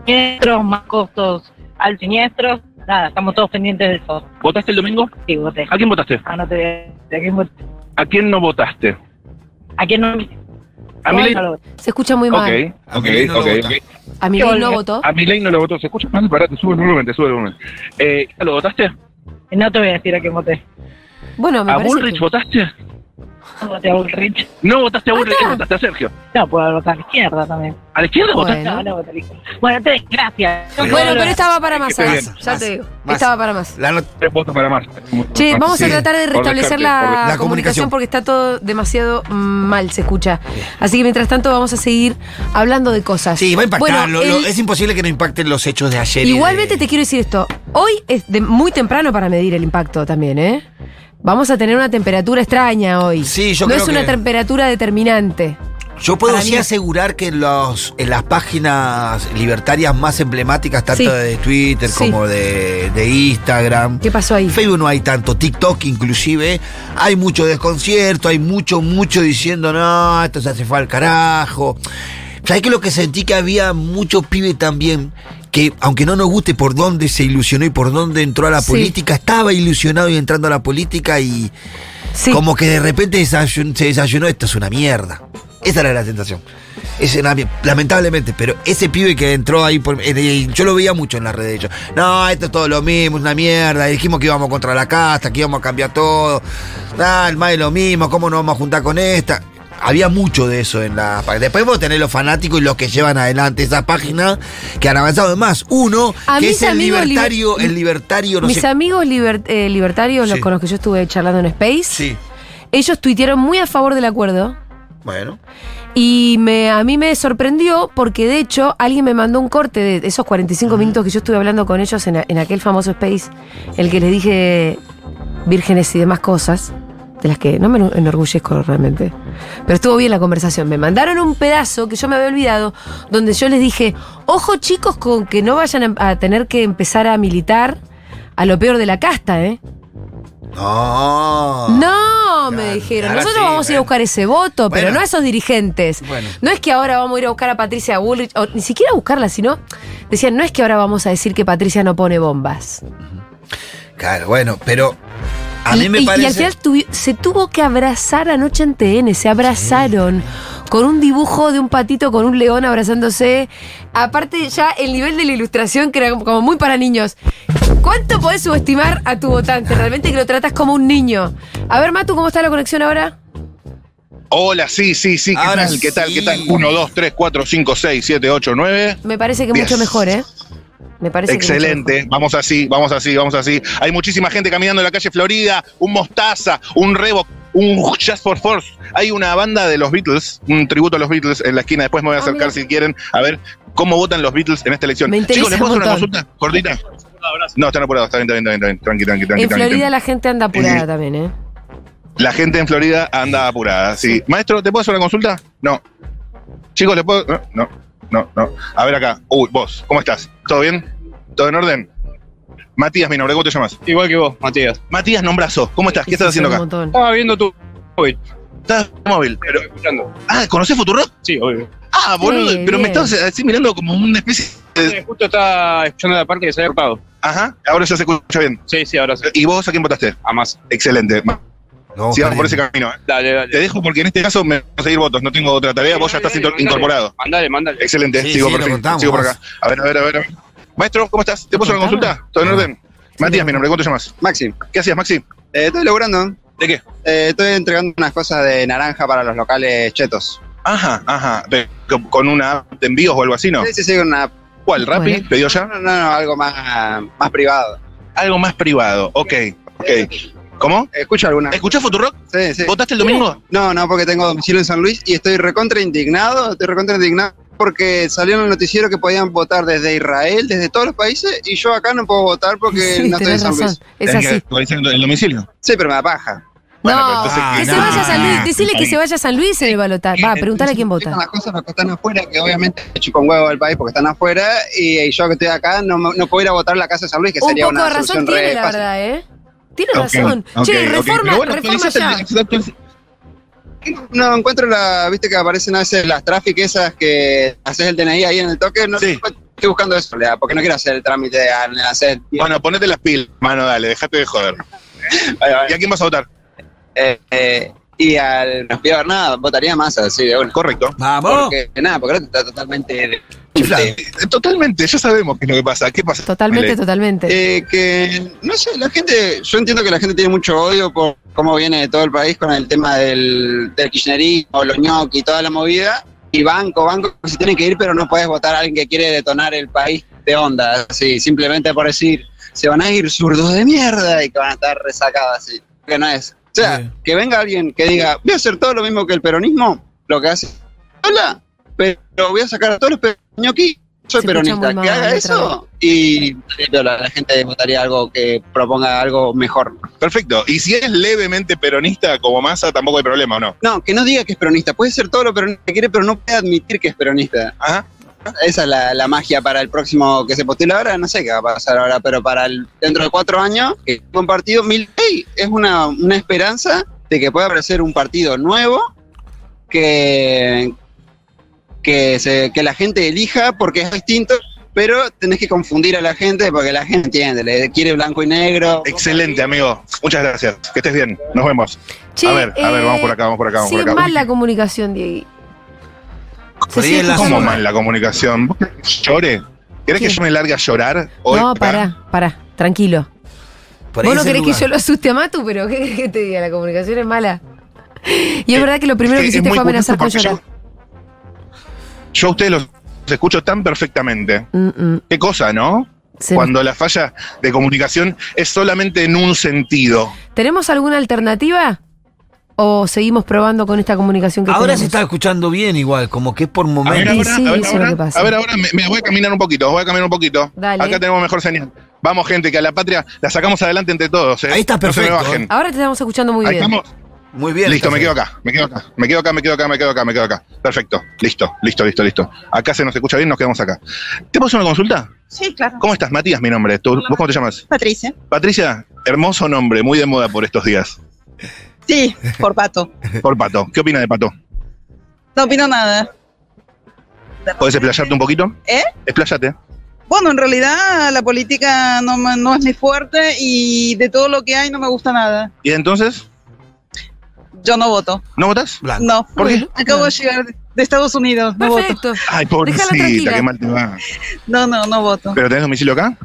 Speaker 10: siniestros, más costos al siniestro. Nada, estamos todos pendientes de eso.
Speaker 8: ¿Votaste el domingo?
Speaker 10: Sí, voté.
Speaker 8: ¿A quién votaste?
Speaker 10: Ah, no te voy a decir a quién voté.
Speaker 8: ¿A quién no votaste?
Speaker 10: ¿A quién no?
Speaker 8: A Milei.
Speaker 10: No lo voté.
Speaker 1: Se escucha muy mal.
Speaker 8: Ok,
Speaker 2: A
Speaker 8: ok,
Speaker 2: Milei no lo
Speaker 8: ok.
Speaker 2: vota.
Speaker 8: ok.
Speaker 1: A mi ley no
Speaker 10: Yo-
Speaker 1: votó.
Speaker 8: A mi ley no lo votó. ¿Se escucha mal? Pará, te sube el volumen, te sube el volumen. Eh, ¿Lo votaste?
Speaker 10: No te voy a decir a quién voté.
Speaker 1: Bueno, me
Speaker 8: ¿A
Speaker 1: parece.
Speaker 8: Bullrich
Speaker 1: que-
Speaker 8: votaste?
Speaker 10: No voté a Bullrich.
Speaker 8: No votaste a Bullrich,
Speaker 1: Acá.
Speaker 8: votaste a Sergio.
Speaker 10: No, pues, puedo votar a la izquierda también.
Speaker 8: ¿A la izquierda votaste?
Speaker 1: Bueno.
Speaker 10: No, no voté a la izquierda. Bueno, te gracias.
Speaker 1: Bueno, pero estaba para más, ah,
Speaker 8: Está bien.
Speaker 1: ya te digo.
Speaker 2: Massa.
Speaker 1: Estaba para más.
Speaker 2: La not-
Speaker 8: Tres votos para más.
Speaker 1: Che,
Speaker 8: Más,
Speaker 1: vamos a
Speaker 8: sí.
Speaker 1: tratar de
Speaker 8: Por
Speaker 1: restablecer
Speaker 8: descarte,
Speaker 1: la,
Speaker 8: por
Speaker 1: comunicación.
Speaker 2: La comunicación.
Speaker 1: porque está todo demasiado mm, mal, se escucha. Así que mientras tanto vamos a seguir hablando de cosas.
Speaker 2: Sí, va a impactar.
Speaker 1: Bueno,
Speaker 2: lo- lo-
Speaker 1: el-
Speaker 2: es imposible que no impacten los hechos de ayer. y de-
Speaker 1: Igualmente te quiero decir esto. Hoy es de- muy temprano para medir el impacto también, ¿eh? Vamos a tener una temperatura extraña hoy.
Speaker 2: Sí, yo
Speaker 1: no
Speaker 2: creo
Speaker 1: es una
Speaker 2: que-
Speaker 1: temperatura determinante.
Speaker 2: Yo puedo
Speaker 1: Para
Speaker 2: sí
Speaker 1: mí-
Speaker 2: asegurar que en, los, en las páginas libertarias más emblemáticas, tanto
Speaker 1: Sí.
Speaker 2: de Twitter
Speaker 1: Sí.
Speaker 2: como de, de Instagram,
Speaker 1: ¿Qué pasó ahí?
Speaker 2: en Facebook no hay tanto, TikTok inclusive, hay mucho desconcierto, hay mucho, mucho diciendo, no, esto se hace fue al carajo. ¿Sabes que lo que sentí que había mucho pibe también? Que aunque no nos guste por dónde se ilusionó y por dónde entró a la
Speaker 1: Sí.
Speaker 2: política, estaba ilusionado y entrando a la política y
Speaker 1: Sí.
Speaker 2: como que de repente desayun- se desayunó, esto es una mierda. Esa era la sensación. Es una mier- lamentablemente, pero ese pibe que entró ahí, por- en- en- yo lo veía mucho en las redes de ellos. No, esto es todo lo mismo, es una mierda. Dijimos que íbamos contra la casta, que íbamos a cambiar todo. Ah, el más es lo mismo, ¿cómo nos vamos a juntar con esta? Había mucho de eso en la página. Después vos tenés los fanáticos y los que llevan adelante esa página que han avanzado de más. Uno,
Speaker 1: A
Speaker 2: que
Speaker 1: mis
Speaker 2: es el
Speaker 1: amigos liber-
Speaker 2: libertario, el libertario, no
Speaker 1: Mis
Speaker 2: sé.
Speaker 1: amigos liber- eh, libertarios, los
Speaker 2: Sí.
Speaker 1: con los que yo estuve charlando en Space,
Speaker 2: Sí,
Speaker 1: ellos tuitearon muy a favor del acuerdo.
Speaker 2: bueno.
Speaker 1: Y me, a mí me sorprendió porque de hecho alguien me mandó un corte de esos 45 minutos que yo estuve hablando con ellos en, a- en aquel famoso space, el que les dije vírgenes y demás cosas, de las que no me enorgullezco realmente. Pero estuvo bien la conversación. Me mandaron un pedazo que yo me había olvidado, donde yo les dije, ojo chicos con que no vayan a, a tener que empezar a militar a lo peor de la casta, ¿eh?
Speaker 2: No.
Speaker 1: No, me
Speaker 2: Oh, Claro,
Speaker 1: dijeron.
Speaker 2: ahora
Speaker 1: Nosotros
Speaker 2: sí,
Speaker 1: vamos a ir a
Speaker 2: bueno.
Speaker 1: buscar ese voto, pero
Speaker 2: Bueno.
Speaker 1: no a esos dirigentes.
Speaker 2: Bueno.
Speaker 1: No es que ahora vamos a ir a buscar a Patricia Bullrich, o ni siquiera a buscarla, sino. Decían, no es que ahora vamos a decir que Patricia no pone bombas.
Speaker 2: Claro, bueno, pero a
Speaker 1: y,
Speaker 2: mí me
Speaker 1: y- y
Speaker 2: parece.
Speaker 1: al final tuvi- se tuvo que abrazar anoche en TN, se abrazaron con un dibujo de un patito con un león abrazándose. Aparte, ya el nivel de la ilustración, que era como muy para niños. ¿Cuánto podés subestimar a tu votante? Realmente que lo tratas como un niño. A ver, Matu, ¿cómo está la conexión ahora?
Speaker 9: Hola, sí, sí, sí, ¿qué
Speaker 2: Ahora
Speaker 9: tal? ¿Qué tal? ¿Qué
Speaker 2: sí.
Speaker 9: tal? 1, 2, 3, 4, 5, 6, 7, 8, 9.
Speaker 1: Me parece que
Speaker 9: Diez.
Speaker 1: mucho mejor, ¿eh? Me parece que mucho mejor.
Speaker 9: Excelente, vamos así, vamos así, vamos así. Hay muchísima gente caminando en la calle Florida, un Mostaza, un Reebok, un Just for Force. Hay una banda de los Beatles, un tributo a los Beatles en la esquina. Después me voy a
Speaker 1: Ah,
Speaker 9: acercar
Speaker 1: mira.
Speaker 9: si quieren a ver cómo votan los Beatles en esta elección.
Speaker 1: Me interesa
Speaker 9: Chicos, ¿les puedo
Speaker 1: un
Speaker 9: hacer una
Speaker 1: montón.
Speaker 9: consulta cortita? No, están apurados, está bien, está bien, está bien, tranqui, tranqui, tranqui.
Speaker 1: En
Speaker 9: tranqui,
Speaker 1: Florida
Speaker 9: tranqui.
Speaker 1: la gente anda apurada también, ¿eh?
Speaker 9: La gente en Florida anda apurada, sí. Maestro, ¿te puedo hacer una consulta? No. Chicos, ¿le puedo...? No, no. no, no. A ver acá. Uy, vos, ¿cómo estás? ¿Todo bien? ¿Todo en orden? Matías, mi nombre, ¿cómo te llamas?
Speaker 11: Igual que vos, Matías.
Speaker 9: Matías Nombrazo, ¿cómo estás? ¿Qué
Speaker 1: Sí,
Speaker 9: estás
Speaker 1: sí,
Speaker 9: haciendo
Speaker 1: un
Speaker 9: acá?
Speaker 1: montón.
Speaker 11: Estaba viendo tu móvil.
Speaker 9: Estás en el móvil. Pero,
Speaker 11: Escuchando.
Speaker 9: ah, ¿conocés Futurock?
Speaker 11: Sí, obvio.
Speaker 9: Ah, boludo,
Speaker 1: Sí,
Speaker 9: pero me
Speaker 1: bien.
Speaker 9: estabas así mirando como una especie de.
Speaker 11: Eh, Justo estaba escuchando la parte que se había cortado.
Speaker 9: Ajá, ahora ya se escucha bien.
Speaker 11: Sí, sí, ahora sí.
Speaker 9: ¿Y vos a quién votaste?
Speaker 11: A más.
Speaker 9: Excelente. Ma-
Speaker 2: No,
Speaker 9: Sigamos por ese
Speaker 2: Karen.
Speaker 9: camino. eh.
Speaker 11: Dale, dale.
Speaker 9: Te dejo porque en este caso me voy a seguir votos, no tengo otra tarea, vos ya estás
Speaker 11: Dale,
Speaker 9: into-
Speaker 11: dale,
Speaker 9: incorporado.
Speaker 11: Mandale, mandale.
Speaker 9: Excelente,
Speaker 2: Sí,
Speaker 9: sigo,
Speaker 2: sí,
Speaker 9: por
Speaker 2: lo
Speaker 9: fin,
Speaker 2: contamos.
Speaker 9: sigo por acá. A ver, a ver, a ver. Maestro, ¿cómo estás? ¿Te puedo hacer una
Speaker 1: contamos?
Speaker 9: consulta? ¿Todo en
Speaker 2: Ah.
Speaker 9: orden? Matías, mi nombre, ¿cómo te llamas?
Speaker 12: Maxi,
Speaker 9: ¿Qué hacías, Maxi?
Speaker 12: eh, estoy logrando.
Speaker 9: ¿De qué?
Speaker 12: Eh, estoy entregando unas cosas de naranja para los locales chetos.
Speaker 9: Ajá, ajá. Pe- co- ¿Con una app de envíos o algo así, no?
Speaker 12: Sí, sí, sí, una.
Speaker 9: ¿Cuál? ¿Rappi?
Speaker 1: Bueno.
Speaker 9: ¿Pedido ya?
Speaker 12: No, no, no, algo más, más privado.
Speaker 9: Algo más privado. Ok, ok. ¿Cómo?
Speaker 12: ¿Escucha alguna?
Speaker 9: ¿Escuchás Futurock?
Speaker 12: Sí, sí.
Speaker 9: ¿Votaste el domingo?
Speaker 12: No, no, porque tengo domicilio en San Luis y estoy recontra indignado, estoy recontra indignado porque salió en el noticiero que podían votar desde Israel, desde todos los países, y yo acá no puedo votar porque
Speaker 1: Sí,
Speaker 12: no estoy en
Speaker 1: tenés
Speaker 12: San
Speaker 1: razón.
Speaker 12: Luis.
Speaker 1: Es
Speaker 9: Tenés que
Speaker 1: así.
Speaker 9: actualizar el domicilio.
Speaker 12: Sí, pero me da paja.
Speaker 9: Bueno, pero
Speaker 1: no,
Speaker 9: entonces Ah,
Speaker 1: que
Speaker 2: que-
Speaker 1: se
Speaker 2: no,
Speaker 1: vaya a San Luis.
Speaker 2: no,
Speaker 1: Decile que
Speaker 9: ahí.
Speaker 1: se vaya a San Luis en el balotaje. Va, preguntale a quién
Speaker 12: Entonces,
Speaker 1: vota.
Speaker 12: Las cosas las que están afuera, que obviamente chupan huevo del país porque están afuera, y, y yo que estoy acá no, me- no puedo ir a votar en la casa de San Luis, que
Speaker 1: Un
Speaker 12: sería
Speaker 1: poco
Speaker 12: una
Speaker 1: de razón
Speaker 12: solución
Speaker 1: tiene,
Speaker 12: re
Speaker 1: la
Speaker 12: fácil.
Speaker 1: verdad, ¿eh? Tiene
Speaker 9: Ok,
Speaker 1: razón.
Speaker 9: ok,
Speaker 1: che,
Speaker 9: ok.
Speaker 1: reforma,
Speaker 9: Pero bueno,
Speaker 1: reforma
Speaker 9: actualizate-
Speaker 1: ya.
Speaker 9: actualizate-
Speaker 12: No encuentro la, viste que aparecen a veces las traffic esas que haces el DNI ahí en el toque, no
Speaker 9: Sí.
Speaker 12: estoy buscando eso, Lea, porque no quiero hacer el trámite de hacer.
Speaker 9: Bueno, ponete las pilas, mano, dale, dejate de
Speaker 12: (laughs)
Speaker 9: joder. ¿Y a quién vas a votar?
Speaker 12: Eh, eh, y al no pido ver nada, votaría más así de una.
Speaker 9: Correcto.
Speaker 2: Vamos.
Speaker 12: Porque nada, porque el otro está totalmente
Speaker 9: Chiflado. eh, Totalmente, ya sabemos qué es lo que pasa. ¿Qué pasa?
Speaker 1: Totalmente,
Speaker 9: Milei?
Speaker 1: totalmente.
Speaker 12: Eh, que, no sé, la gente, yo entiendo que la gente tiene mucho odio por cómo viene de todo el país con el tema del, del kirchnerismo, los ñoqui y toda la movida. Y banco, banco, se tienen que ir, pero no puedes votar a alguien que quiere detonar el país de onda, así, simplemente por decir, se van a ir zurdos de mierda y que van a estar resacados así. Que no es. O sea,
Speaker 2: Bien.
Speaker 12: que venga alguien que diga, voy a hacer todo lo mismo que el peronismo, lo que hace. Hola, pero voy a sacar a todos los pe- ñoqui soy
Speaker 1: Se escucha
Speaker 12: peronista,
Speaker 1: muy
Speaker 12: que
Speaker 1: mal,
Speaker 12: haga
Speaker 1: otra
Speaker 12: eso y pero la, la gente votaría algo que proponga algo mejor.
Speaker 9: Perfecto. Y si es levemente peronista como masa, tampoco hay problema, ¿o no?
Speaker 12: No, que no diga que es peronista, puede ser todo lo peronista que quiere, pero no puede admitir que es peronista.
Speaker 9: Ajá.
Speaker 12: Esa es la, la magia para el próximo que se postula ahora, no sé qué va a pasar ahora, pero para el, dentro de cuatro años, que un partido mil es una, una esperanza de que pueda aparecer un partido nuevo que, que, se, que la gente elija porque es distinto, pero tenés que confundir a la gente porque la gente entiende, le quiere blanco y negro.
Speaker 9: Excelente, amigo. Muchas gracias. Que estés bien. Nos vemos.
Speaker 1: Che,
Speaker 9: a ver, a ver, vamos por acá, vamos por acá, vamos
Speaker 1: Sí,
Speaker 9: por acá.
Speaker 1: mal la comunicación, Diego.
Speaker 2: Por ahí es la
Speaker 9: ¿Cómo
Speaker 2: zona.
Speaker 9: mal la comunicación? ¿Vos querés que llore? ¿Querés que
Speaker 1: Sí.
Speaker 9: yo me largue a llorar? hoy
Speaker 1: No,
Speaker 9: acá?
Speaker 1: pará, pará, tranquilo.
Speaker 2: Por ahí
Speaker 1: Vos no
Speaker 2: es el
Speaker 1: querés
Speaker 2: lugar.
Speaker 1: que yo lo asuste a Matu, pero ¿qué querés que te diga? La comunicación es mala. Y es verdad que lo primero
Speaker 9: Eh, Es
Speaker 1: que
Speaker 9: es
Speaker 1: hiciste
Speaker 9: muy
Speaker 1: fue amenazar con
Speaker 9: curioso
Speaker 1: llorar.
Speaker 9: porque Yo, yo a ustedes los escucho tan perfectamente.
Speaker 1: Mm, mm,
Speaker 9: Qué cosa, ¿no?
Speaker 1: se-
Speaker 9: Cuando la falla de comunicación es solamente en un sentido.
Speaker 1: ¿Tenemos alguna alternativa? ¿O seguimos probando con esta comunicación que
Speaker 2: Ahora
Speaker 1: tenemos?
Speaker 2: se está escuchando bien igual, como que es por
Speaker 9: A ver,
Speaker 2: momentos.
Speaker 1: Sí,
Speaker 9: ahora,
Speaker 1: sí,
Speaker 9: a ver,
Speaker 1: eso es lo
Speaker 9: ahora,
Speaker 1: que pasa.
Speaker 9: a ver, ahora me, me voy a caminar un poquito, voy a caminar un poquito.
Speaker 1: Dale.
Speaker 9: Acá tenemos mejor señal. Vamos, gente, que a la patria la sacamos adelante entre todos. ¿eh?
Speaker 2: Ahí está
Speaker 9: No se me
Speaker 2: perfecto,
Speaker 9: bajen.
Speaker 2: ¿eh?
Speaker 1: Ahora te estamos escuchando muy
Speaker 9: Ahí
Speaker 1: bien.
Speaker 9: estamos.
Speaker 2: Muy bien.
Speaker 9: listo, me
Speaker 2: entonces.
Speaker 9: quedo acá, me quedo acá, me quedo acá, me quedo acá, me quedo acá, me quedo acá. Perfecto, listo, listo, listo, listo. Acá se nos escucha bien, nos quedamos acá. ¿Te puedo hacer una consulta?
Speaker 13: Sí, claro.
Speaker 9: ¿Cómo estás, Matías, mi nombre? ¿Tú- ¿Vos cómo te llamas?
Speaker 13: Patricia.
Speaker 9: Patricia, hermoso nombre, muy de moda por estos días.
Speaker 13: Sí, por pato.
Speaker 9: Por Pato, ¿qué opina de Pato?
Speaker 13: No opino nada.
Speaker 9: ¿Podés explayarte un poquito?
Speaker 13: ¿Eh?
Speaker 9: Explayate.
Speaker 13: Bueno, en realidad la política no, me- no es mi fuerte y de todo lo que hay no me gusta nada.
Speaker 9: ¿Y entonces?
Speaker 13: Yo no voto.
Speaker 9: ¿No votás?
Speaker 2: Blanco.
Speaker 13: No.
Speaker 9: ¿Por qué? Ah.
Speaker 13: Acabo de llegar de Estados Unidos. No voto.
Speaker 1: Perfecto.
Speaker 9: Ay,
Speaker 1: tranquila.
Speaker 9: pobrecita, qué mal te va.
Speaker 13: No, no, no voto.
Speaker 9: ¿Pero tenés domicilio acá?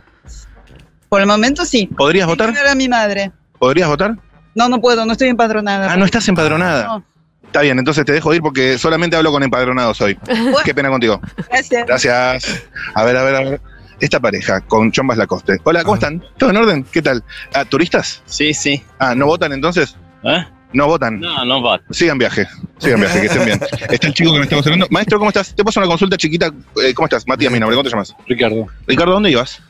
Speaker 13: Por el momento sí.
Speaker 9: ¿Podrías votar?
Speaker 13: Primero a mi madre.
Speaker 9: ¿Podrías votar?
Speaker 13: No, no puedo, no estoy empadronada.
Speaker 9: Ah, no estás empadronada.
Speaker 13: No.
Speaker 9: Está bien, entonces te dejo ir porque solamente hablo con empadronados hoy. Qué pena contigo.
Speaker 13: Gracias.
Speaker 9: Gracias. A ver, a ver, a ver. Esta pareja con Chombas Lacoste. Hola, ¿cómo están? ¿Todo en orden? ¿Qué tal? Ah, ¿Turistas?
Speaker 11: Ah. Sí, sí.
Speaker 9: Ah, ¿no votan entonces?
Speaker 11: ¿Eh?
Speaker 9: No votan.
Speaker 11: No, no va.
Speaker 9: Sigan viaje. Sigan viaje, que
Speaker 11: (laughs)
Speaker 9: estén bien. Está el chico que me está observando. Maestro, ¿cómo estás? Te paso una consulta chiquita. Eh, ¿Cómo estás? Matías, mi nombre. ¿Cómo te llamas?
Speaker 11: Ricardo,
Speaker 9: Ricardo, ¿dónde ibas?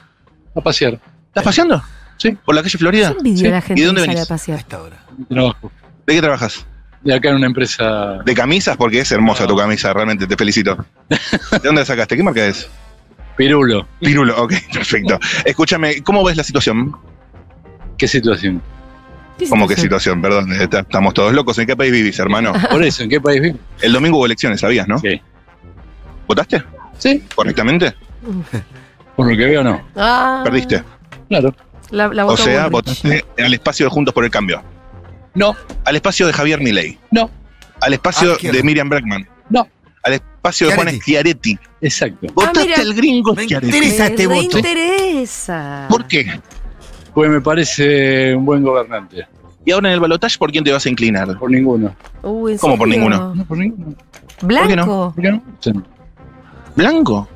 Speaker 11: a pasear.
Speaker 9: ¿Estás paseando?
Speaker 11: Sí.
Speaker 9: ¿Por la calle
Speaker 1: Yo
Speaker 9: Florida?
Speaker 1: envidio a la gente
Speaker 9: ¿Y de dónde
Speaker 1: que sale a
Speaker 9: venís?
Speaker 2: A
Speaker 1: pasear.
Speaker 2: esta hora.
Speaker 11: Trabajo.
Speaker 9: ¿De qué trabajas?
Speaker 11: de acá en una empresa.
Speaker 9: De camisas, porque es hermosa tu camisa, realmente, te felicito. ¿De dónde la sacaste? ¿Qué marca es?
Speaker 11: Pirulo.
Speaker 9: Pirulo, ok, (laughs) perfecto. Escúchame, ¿cómo ves la situación?
Speaker 11: ¿Qué situación?
Speaker 9: ¿Cómo qué situación? Perdón, eh, está- estamos todos locos. ¿En qué país vivís, hermano?
Speaker 11: (laughs) Por eso, ¿en qué país vivo?
Speaker 9: El domingo hubo elecciones, ¿sabías, no?
Speaker 11: Sí.
Speaker 9: ¿Votaste?
Speaker 11: Sí.
Speaker 9: ¿Correctamente?
Speaker 11: Por lo que veo, no.
Speaker 1: Ah,
Speaker 9: Perdiste.
Speaker 11: Claro.
Speaker 1: La, la
Speaker 9: O
Speaker 1: votó
Speaker 9: sea,
Speaker 1: Bullrich.
Speaker 9: votaste al espacio de Juntos por el Cambio.
Speaker 11: No.
Speaker 9: Al espacio de Javier Milei.
Speaker 11: No.
Speaker 9: Al espacio
Speaker 11: Ah, izquierda.
Speaker 9: de Miriam Brackman.
Speaker 11: No.
Speaker 9: Al espacio de Juan Schiaretti.
Speaker 11: Exacto.
Speaker 1: Ah,
Speaker 9: Votaste
Speaker 1: mira.
Speaker 9: al gringo
Speaker 2: Me
Speaker 9: Schiaretti.
Speaker 2: interesa este
Speaker 1: Me
Speaker 2: voto.
Speaker 1: interesa.
Speaker 9: ¿Por qué?
Speaker 11: Pues me parece un buen gobernante.
Speaker 9: Y ahora en el balotaje, ¿por quién te vas a inclinar?
Speaker 11: Por ninguno.
Speaker 1: Uy, Uh, ¿en
Speaker 9: ¿Cómo por
Speaker 1: serio?
Speaker 9: ninguno?
Speaker 11: No, por ninguno.
Speaker 1: ¿Blanco?
Speaker 9: qué no?
Speaker 11: Sí.
Speaker 9: ¿Blanco?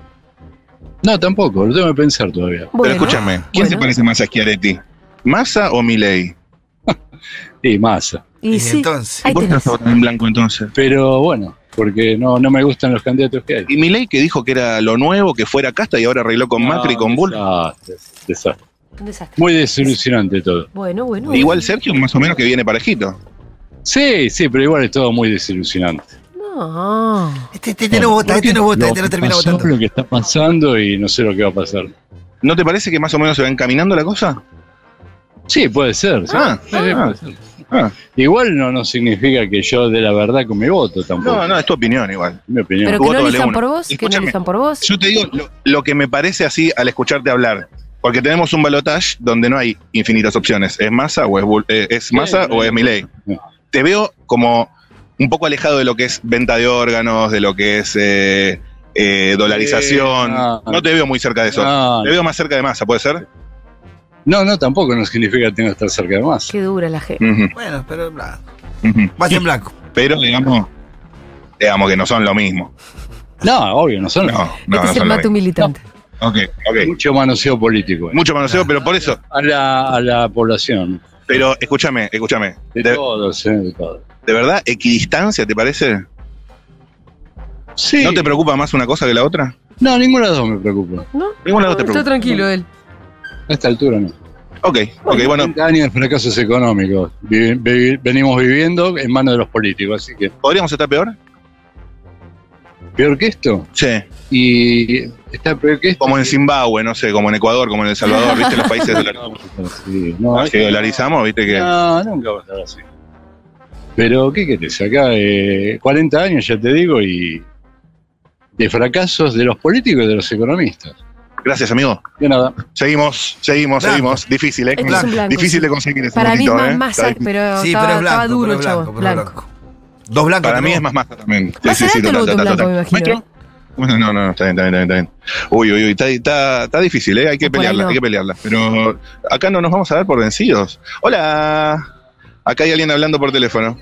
Speaker 11: No, tampoco. Lo tengo que pensar todavía.
Speaker 1: Bueno,
Speaker 9: Pero escúchame, ¿quién se
Speaker 1: bueno.
Speaker 9: parece más a Schiaretti? ¿Massa
Speaker 11: (laughs)
Speaker 9: o Milei?
Speaker 11: Sí, masa.
Speaker 1: Y,
Speaker 2: Y
Speaker 1: sí,
Speaker 2: entonces,
Speaker 1: ahí
Speaker 9: ¿Por qué
Speaker 1: tenés.
Speaker 9: vas a votar en blanco entonces?
Speaker 11: Pero bueno, porque no, no me gustan los candidatos que hay.
Speaker 9: Y Milei que dijo que era lo nuevo, que fuera casta y ahora arregló con Macri y con Bull.
Speaker 11: Desastre, desastre.
Speaker 1: Un desastre.
Speaker 11: Muy desilusionante todo.
Speaker 1: Bueno, bueno.
Speaker 9: Igual Sergio, más o menos que viene parejito.
Speaker 11: Sí, sí, pero igual es todo muy desilusionante.
Speaker 1: No.
Speaker 2: este, este, este no vota, este no vota, este no termina
Speaker 11: pasó,
Speaker 2: votando.
Speaker 11: lo que está pasando y no sé lo que va a pasar.
Speaker 9: ¿No te parece que más o menos se va encaminando la cosa?
Speaker 11: Sí, puede ser. sí.
Speaker 9: Ah,
Speaker 11: Sí, sí,
Speaker 9: ah.
Speaker 11: puede ser. Igual no, no significa que yo dé la verdad con mi voto tampoco.
Speaker 9: No, no, es tu opinión igual.
Speaker 11: Mi opinión.
Speaker 1: Pero
Speaker 9: Tu
Speaker 1: que no
Speaker 9: voto vale
Speaker 1: elijan
Speaker 9: uno.
Speaker 1: por vos, que no
Speaker 9: Escúchame,
Speaker 1: elijan por vos.
Speaker 9: Yo te digo lo, lo que me parece así al escucharte hablar. Porque tenemos un balotage donde no hay infinitas opciones. ¿Es masa o es, Bull- eh, es, masa o es Milei?
Speaker 11: No.
Speaker 9: Te veo como un poco alejado de lo que es venta de órganos, de lo que es eh, eh, dolarización.
Speaker 11: Sí, no.
Speaker 9: no. te veo muy cerca de eso.
Speaker 11: No,
Speaker 9: te veo más cerca de masa, ¿puede ser?
Speaker 11: No, no, tampoco no significa que tenga que estar cerca de más.
Speaker 1: Qué dura la gente.
Speaker 9: Ujú,
Speaker 2: Bueno, pero nada.
Speaker 9: ujú.
Speaker 2: Vas en blanco.
Speaker 9: Pero digamos, digamos que no son lo mismo.
Speaker 11: No, obvio, no son.
Speaker 9: No, no,
Speaker 1: este
Speaker 9: no
Speaker 1: es el
Speaker 9: son lo
Speaker 1: matu
Speaker 9: mismo.
Speaker 1: militante.
Speaker 9: Ok, ok.
Speaker 11: Mucho manoseo político. eh.
Speaker 9: Mucho manoseo, pero por eso.
Speaker 11: A la, a la población.
Speaker 9: Pero escúchame, escúchame.
Speaker 11: De,
Speaker 9: De-
Speaker 11: todos, eh, de todos.
Speaker 9: ¿De verdad? ¿Equidistancia te parece?
Speaker 11: Sí.
Speaker 9: ¿No te preocupa más una cosa que la otra?
Speaker 11: No, ninguna de las dos me preocupa.
Speaker 1: No,
Speaker 9: Ninguna de las dos te
Speaker 1: está
Speaker 9: preocupa.
Speaker 1: tranquilo él.
Speaker 11: A esta altura no.
Speaker 9: Ok, ok, bueno,
Speaker 11: 30 años de fracasos económicos. Vivi- vivi- venimos viviendo en manos de los políticos, así que.
Speaker 9: ¿podríamos estar peor?
Speaker 11: Peor que esto.
Speaker 9: Sí.
Speaker 11: Y está peor que esto.
Speaker 9: Como en Zimbabue, no sé, como en Ecuador, como en El Salvador, ¿viste? Los países dolarizados.
Speaker 11: (laughs) Sí, no,
Speaker 9: que Ah, dolarizamos, ¿viste? Que...
Speaker 11: No, nunca va a estar así. Pero, ¿qué querés? Acá, eh, 40 años, ya te digo, y de fracasos de los políticos y de los economistas.
Speaker 9: Gracias, amigo.
Speaker 11: De nada.
Speaker 9: Seguimos, seguimos,
Speaker 2: Blanco.
Speaker 9: seguimos. Difícil, ¿eh?
Speaker 1: Este es un blanco,
Speaker 9: Difícil
Speaker 1: sí.
Speaker 9: de conseguir ese
Speaker 1: Para mí es
Speaker 9: minutito,
Speaker 1: más
Speaker 9: ¿eh?
Speaker 1: masa,
Speaker 9: Está-
Speaker 1: pero,
Speaker 2: Sí,
Speaker 1: estaba,
Speaker 2: pero es blanco.
Speaker 1: estaba duro,
Speaker 2: pero es
Speaker 1: chavo.
Speaker 2: blanco, pero es
Speaker 1: Blanco.
Speaker 2: blanco. Dos blancos.
Speaker 9: Para mí es
Speaker 2: tenemos.
Speaker 9: más masa también.
Speaker 1: Más alto el voto blanco, me imagino. ¿eh?
Speaker 9: Maestro. Bueno, No, no, está bien, está bien, está bien. Uy, uy, uy, está, está, está difícil, ¿eh? Hay que
Speaker 1: Por ahí
Speaker 9: pelearla,
Speaker 1: no.
Speaker 9: hay que pelearla. Pero acá no nos vamos a dar por vencidos. Hola, acá hay alguien hablando por teléfono.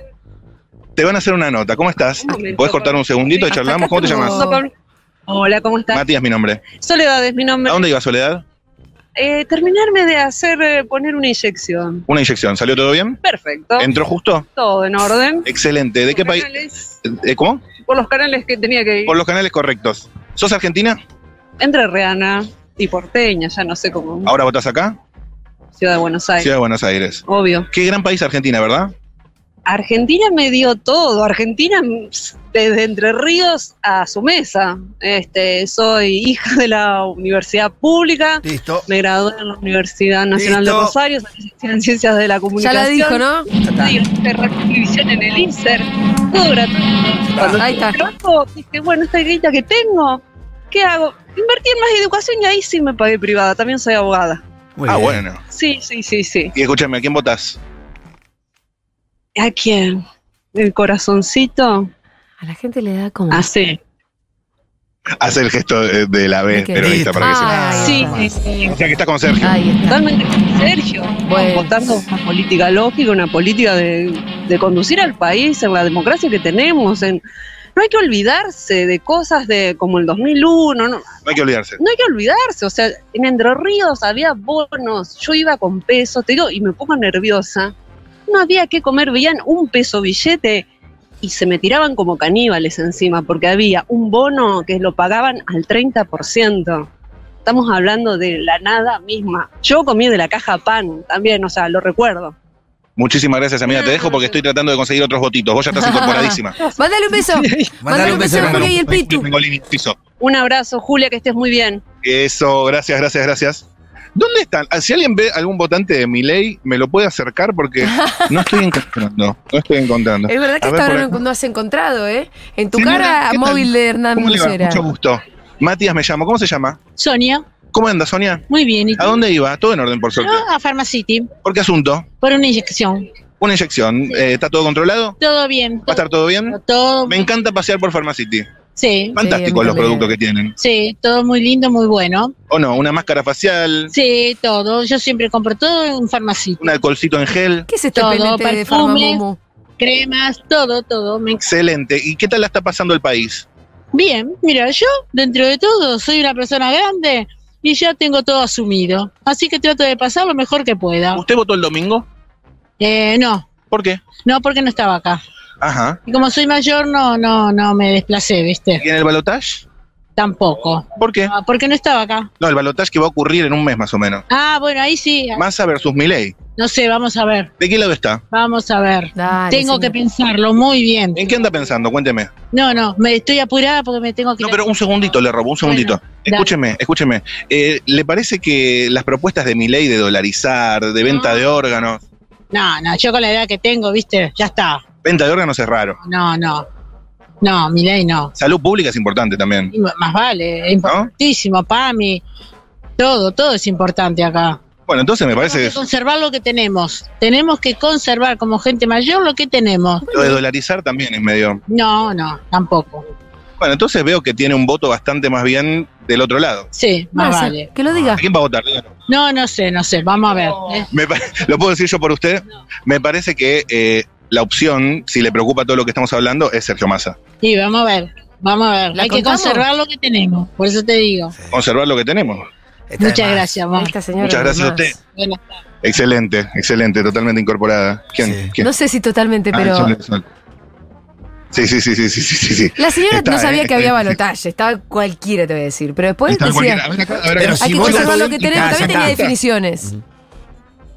Speaker 9: Te van a hacer una nota, ¿cómo estás?
Speaker 14: Un momento,
Speaker 9: ¿Puedes cortar un segundito y
Speaker 1: Hasta
Speaker 9: charlamos?
Speaker 1: acá
Speaker 9: ¿Cómo te
Speaker 1: estamos.
Speaker 9: llamas?
Speaker 14: Hola, Pablo. Hola, ¿cómo estás?
Speaker 9: Matías, mi nombre.
Speaker 14: Soledad es mi nombre.
Speaker 9: ¿A dónde iba Soledad?
Speaker 14: Eh, terminarme de hacer, eh, poner una inyección.
Speaker 9: Una inyección, ¿salió todo bien?
Speaker 14: Perfecto.
Speaker 9: ¿Entró Eh, justo?
Speaker 14: Todo en orden.
Speaker 9: Excelente. ¿De qué
Speaker 14: Por
Speaker 9: país?
Speaker 14: canales-
Speaker 9: eh, ¿Cómo?
Speaker 14: Por los canales que tenía que ir.
Speaker 9: Por los canales correctos. ¿Sos argentina?
Speaker 14: Entre Reana y Porteña, ya no sé cómo.
Speaker 9: ¿Ahora votás acá?
Speaker 14: Ciudad de Buenos Aires.
Speaker 9: Ciudad de Buenos Aires.
Speaker 14: Obvio.
Speaker 9: Qué gran país Argentina, ¿verdad?
Speaker 14: Argentina me dio todo. Argentina ps, desde Entre Ríos a su mesa. Este, soy hija de la universidad pública.
Speaker 2: Listo.
Speaker 14: Me gradué en la Universidad Nacional de
Speaker 2: Listo.
Speaker 14: Rosario, soy licenciada en Ciencias de la
Speaker 1: Ya
Speaker 14: Comunicación.
Speaker 1: la dijo, ¿no?
Speaker 14: radio, de radiodifusión en el INSER, todo gratuito. Cuando
Speaker 1: Ahí está.
Speaker 14: trabajo, dije, bueno, esta guita que tengo, ¿qué hago? Invertí en más educación y ahí sí me pagué privada, también soy abogada.
Speaker 2: Muy
Speaker 9: ah,
Speaker 2: bien.
Speaker 9: bueno.
Speaker 14: Sí, sí, sí, sí.
Speaker 9: Y escúchame, ¿a quién votás?
Speaker 14: ¿A quién? El corazoncito,
Speaker 1: A la gente le da como.
Speaker 14: así.
Speaker 9: Hace el gesto de, de la
Speaker 1: ¿De
Speaker 9: B,
Speaker 1: qué?
Speaker 9: peronista, para que sepa.
Speaker 1: Ah,
Speaker 14: sí,
Speaker 1: ahí
Speaker 14: sí, sí.
Speaker 9: O sea que está con Sergio.
Speaker 1: Ahí está.
Speaker 14: Totalmente con Sergio,
Speaker 1: Bueno.
Speaker 14: votando una política lógica, una política de, de conducir al país en la democracia que tenemos. En, no hay que olvidarse de cosas de como el 2001, no,
Speaker 9: No hay que olvidarse.
Speaker 14: no hay que olvidarse, o sea, en Entre Ríos había bonos, yo iba con pesos, te digo, y me pongo nerviosa. No había que comer, veían un peso billete y se me tiraban como caníbales encima, porque había un bono que lo pagaban al 30%. Estamos hablando de la nada misma. Yo comí de la caja pan también, o sea, lo recuerdo.
Speaker 9: Muchísimas gracias, amiga. Te dejo porque estoy tratando de conseguir otros votitos. Vos
Speaker 14: (laughs)
Speaker 9: ya estás incorporadísima.
Speaker 1: Mándale un beso. Mándale un beso a Julia y el Pitu.
Speaker 9: Mengolini, piso.
Speaker 14: Un abrazo, Julia, que estés muy bien.
Speaker 9: Eso, gracias, gracias, gracias. ¿Dónde están? Ah, Si alguien ve algún votante de mi ley, me lo puede
Speaker 1: (laughs)
Speaker 9: acercar porque no estoy encontrando. No estoy encontrando.
Speaker 1: Es verdad que
Speaker 9: A ver,
Speaker 1: hasta
Speaker 9: por
Speaker 1: ahora
Speaker 9: acá.
Speaker 1: no, no has encontrado, ¿eh? En tu
Speaker 9: Señora,
Speaker 1: cara,
Speaker 9: ¿qué tal?
Speaker 1: móvil de Hernán
Speaker 9: ¿Cómo le va?
Speaker 1: Musera.
Speaker 9: Mucho gusto. Matías me llamo. ¿Cómo se llama?
Speaker 15: Sonia,
Speaker 9: ¿Cómo anda, Sonia?
Speaker 15: muy bien. ¿Y tú?
Speaker 9: ¿A dónde iba? Todo en orden, por suerte.
Speaker 15: Ah, a Pharmacity
Speaker 9: ¿Por qué asunto?
Speaker 15: por una inyección.
Speaker 9: Una inyección. Eh, ¿Está todo controlado?
Speaker 15: Todo bien.
Speaker 9: ¿Va a estar todo bien?
Speaker 15: Todo,
Speaker 9: Me encanta pasear por Pharmacity.
Speaker 15: sí.
Speaker 9: Fantásticos los productos que tienen.
Speaker 15: Sí, todo muy lindo, muy bueno.
Speaker 9: ¿O no? Una máscara facial,
Speaker 15: Sí, todo. Yo siempre compro todo en Pharmacity.
Speaker 9: un alcoholcito en gel.
Speaker 1: ¿Qué es este
Speaker 15: Todo,
Speaker 1: pelete de
Speaker 15: perfumes,
Speaker 1: Farmamomo?
Speaker 15: cremas, todo, todo. Me-
Speaker 9: Excelente. ¿Y qué tal la está pasando el país?
Speaker 15: Bien, mira, yo dentro de todo soy una persona grande y ya tengo todo asumido. Así que trato de pasar lo mejor que pueda.
Speaker 9: ¿Usted votó el domingo?
Speaker 15: Eh, no,
Speaker 9: ¿Por qué?
Speaker 15: no porque no estaba acá.
Speaker 9: Ajá.
Speaker 15: Y como soy mayor, no, no, no me desplacé, ¿viste?
Speaker 9: ¿Y en el balotage?
Speaker 15: Tampoco.
Speaker 9: ¿Por qué?
Speaker 15: Ah, porque no estaba acá.
Speaker 9: No, el balotage que va a ocurrir en un mes más o menos.
Speaker 15: Ah, bueno, ahí sí.
Speaker 9: Massa versus Milei.
Speaker 15: No sé, vamos a ver.
Speaker 9: ¿De qué lado está?
Speaker 15: Vamos a ver. tengo
Speaker 9: señor.
Speaker 15: que pensarlo muy bien.
Speaker 9: ¿En qué anda pensando? Cuénteme.
Speaker 15: No, no, me estoy apurada porque me tengo que.
Speaker 9: No,
Speaker 15: ir a-
Speaker 9: pero un segundito, le robo, un segundito. escúcheme, escúcheme. Eh, ¿Le parece que las propuestas de Milei de dolarizar, de venta de órganos,
Speaker 15: No, no, yo con la edad que tengo, viste, ya está.
Speaker 9: venta de órganos es raro?
Speaker 15: No, no. No, mi ley no.
Speaker 9: Salud pública es importante también.
Speaker 15: Y m- Más vale, es importantísimo, PAMI. Todo, todo es importante acá.
Speaker 9: Bueno, entonces me parece que
Speaker 15: Hay que conservar lo que tenemos. Tenemos que conservar como gente mayor lo que tenemos.
Speaker 9: lo de dolarizar también es medio.
Speaker 15: No, no, tampoco.
Speaker 9: Bueno, entonces veo que tiene un voto bastante más bien del otro lado.
Speaker 15: Sí, más
Speaker 9: Marce,
Speaker 15: vale. Que lo diga.
Speaker 9: ¿A quién va a votar? Dígalo.
Speaker 15: No, no sé, no sé. Vamos a ver. ¿eh?
Speaker 9: Me pa- ¿Lo puedo decir yo por usted? Me parece que eh, la opción, si le preocupa todo lo que estamos hablando, es Sergio Massa.
Speaker 15: Y vamos a ver. Vamos a ver.
Speaker 1: ¿La
Speaker 15: Hay
Speaker 1: contamos?
Speaker 15: que conservar lo que tenemos. Por eso te digo.
Speaker 9: Conservar lo que tenemos.
Speaker 15: Muchas gracias, mamá.
Speaker 9: Muchas gracias a usted. Excelente, excelente, totalmente incorporada. ¿Quién? ¿Quién?
Speaker 1: No sé si totalmente,
Speaker 9: Ah,
Speaker 1: pero.
Speaker 9: el sol, el sol. Sí, sí, sí, sí, sí, sí, sí, sí.
Speaker 1: La señora
Speaker 9: Está,
Speaker 1: no
Speaker 9: eh,
Speaker 1: sabía que
Speaker 9: está,
Speaker 1: había
Speaker 9: eh,
Speaker 1: balotaje, estaba cualquiera, te voy a decir. Pero después
Speaker 9: Estaba
Speaker 1: decía.
Speaker 9: cualquiera. A ver acá, a ver acá. Pero si
Speaker 1: hay que
Speaker 9: vos
Speaker 1: conservar
Speaker 9: la
Speaker 1: lo que tenemos.
Speaker 9: política,
Speaker 1: También
Speaker 9: ya
Speaker 1: tenía
Speaker 9: está.
Speaker 1: definiciones.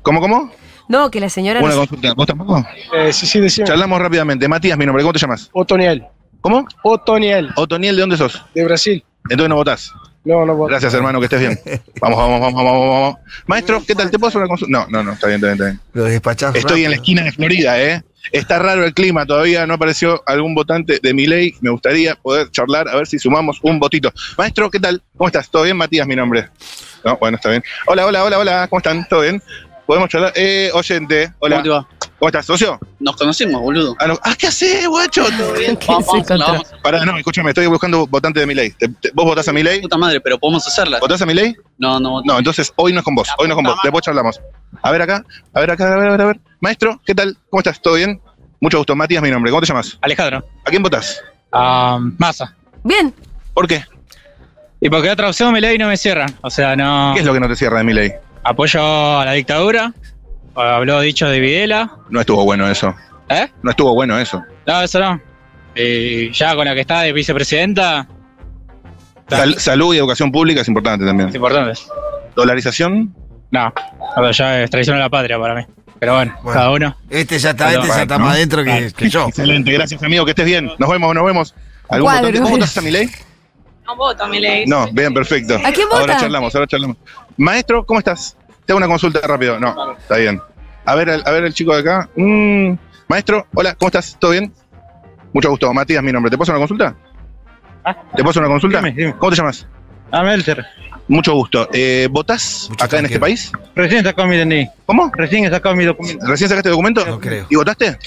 Speaker 9: ¿Cómo, cómo?
Speaker 1: No, que la señora.
Speaker 9: Una
Speaker 1: no-
Speaker 9: consulta. ¿Vos tampoco? Eh, sí, sí, decía. Charlamos rápidamente. Matías, mi nombre, ¿cómo te llamas? Otoniel. ¿Cómo? Otoniel. Otoniel, ¿de dónde sos? De Brasil. Entonces no votás. No, no voto. Gracias, hermano, que estés bien. (laughs) Vamos, vamos, vamos, vamos, vamos. Maestro, ¿qué tal? ¿Te puedo hacer una consulta? No, no, no, está bien, está bien, está bien.
Speaker 2: Los despachás
Speaker 9: Estoy en la esquina de Florida, ¿eh? Está raro el clima, todavía no apareció algún votante de mi ley. Me gustaría poder charlar, a ver si sumamos un votito. Maestro, ¿qué tal? ¿Cómo estás? ¿Todo bien, Matías, mi nombre? No, bueno, está bien. Hola, hola, hola, hola, ¿cómo están? ¿Todo bien? ¿Podemos charlar? Eh, oyente, hola.
Speaker 12: ¿Cómo te va?
Speaker 9: ¿Cómo estás, socio?
Speaker 12: Nos conocemos, boludo.
Speaker 9: Ah, no. Ah, ¿qué haces, guacho? ¿Todo
Speaker 11: (laughs)
Speaker 9: bien?
Speaker 12: Vamos, vamos, la vamos.
Speaker 9: Pará, no, escúchame, estoy buscando votante de mi ley. ¿Vos votás a mi ley?
Speaker 12: Puta madre, pero podemos hacerla.
Speaker 9: ¿Votás a mi ley?
Speaker 12: No, no,
Speaker 9: No, entonces hoy no es con vos, hoy no es con vos, después charlamos. A ver acá, a ver acá, a ver, a ver, a ver. Maestro, ¿qué tal? ¿Cómo estás? ¿Todo bien? Mucho gusto, Matías mi nombre, ¿cómo te llamas?
Speaker 16: Alejandro.
Speaker 9: ¿A quién votás?
Speaker 16: Ah, Massa.
Speaker 1: Bien.
Speaker 9: ¿Por qué?
Speaker 16: Y porque otra opción me ley no me cierra. O sea,
Speaker 12: Ah.
Speaker 16: no.
Speaker 9: ¿Qué es lo que no te cierra de mi ley?
Speaker 16: Apoyo a la dictadura. Habló dicho de Videla.
Speaker 9: No estuvo bueno eso.
Speaker 16: ¿Eh?
Speaker 9: No estuvo bueno eso.
Speaker 16: No, eso no. Y ya con la que está de vicepresidenta,
Speaker 9: Sal- salud y educación pública es importante también.
Speaker 16: es importante.
Speaker 9: ¿Dolarización?
Speaker 16: No. A ver, ya es traición a la patria para mí. Pero bueno, cada uno.
Speaker 2: Este ya está,
Speaker 16: Cada
Speaker 2: este
Speaker 16: uno.
Speaker 2: ya está más dentro que, que yo.
Speaker 9: Excelente, gracias amigo, que estés bien. Nos vemos, nos vemos. ¿Algún
Speaker 2: Cuadro.
Speaker 9: votante? ¿Vos votás a mi ley?
Speaker 10: No voto, mi ley. (laughs)
Speaker 9: No, bien, perfecto.
Speaker 10: ¿A quién
Speaker 9: Ahora
Speaker 10: vota?
Speaker 9: charlamos, ahora charlamos. Maestro, ¿cómo estás? Te hago una consulta rápido. No, está bien. A ver, el- a ver el chico de acá. Mm, maestro, hola, ¿cómo estás? ¿Todo bien? Mucho gusto. Matías, mi nombre. ¿Te puedo hacer una consulta?
Speaker 16: Ah.
Speaker 9: ¿Te puedo hacer una consulta? ¿Cómo te llamas?
Speaker 16: Amelter.
Speaker 9: Mucho gusto. Eh, ¿Votás acá en este país?
Speaker 16: Recién sacó mi DNI.
Speaker 9: ¿Cómo?
Speaker 16: Recién sacó mi documento. ¿Ah?
Speaker 9: ¿Recién sacaste documento? No
Speaker 2: creo.
Speaker 9: ¿Y votaste?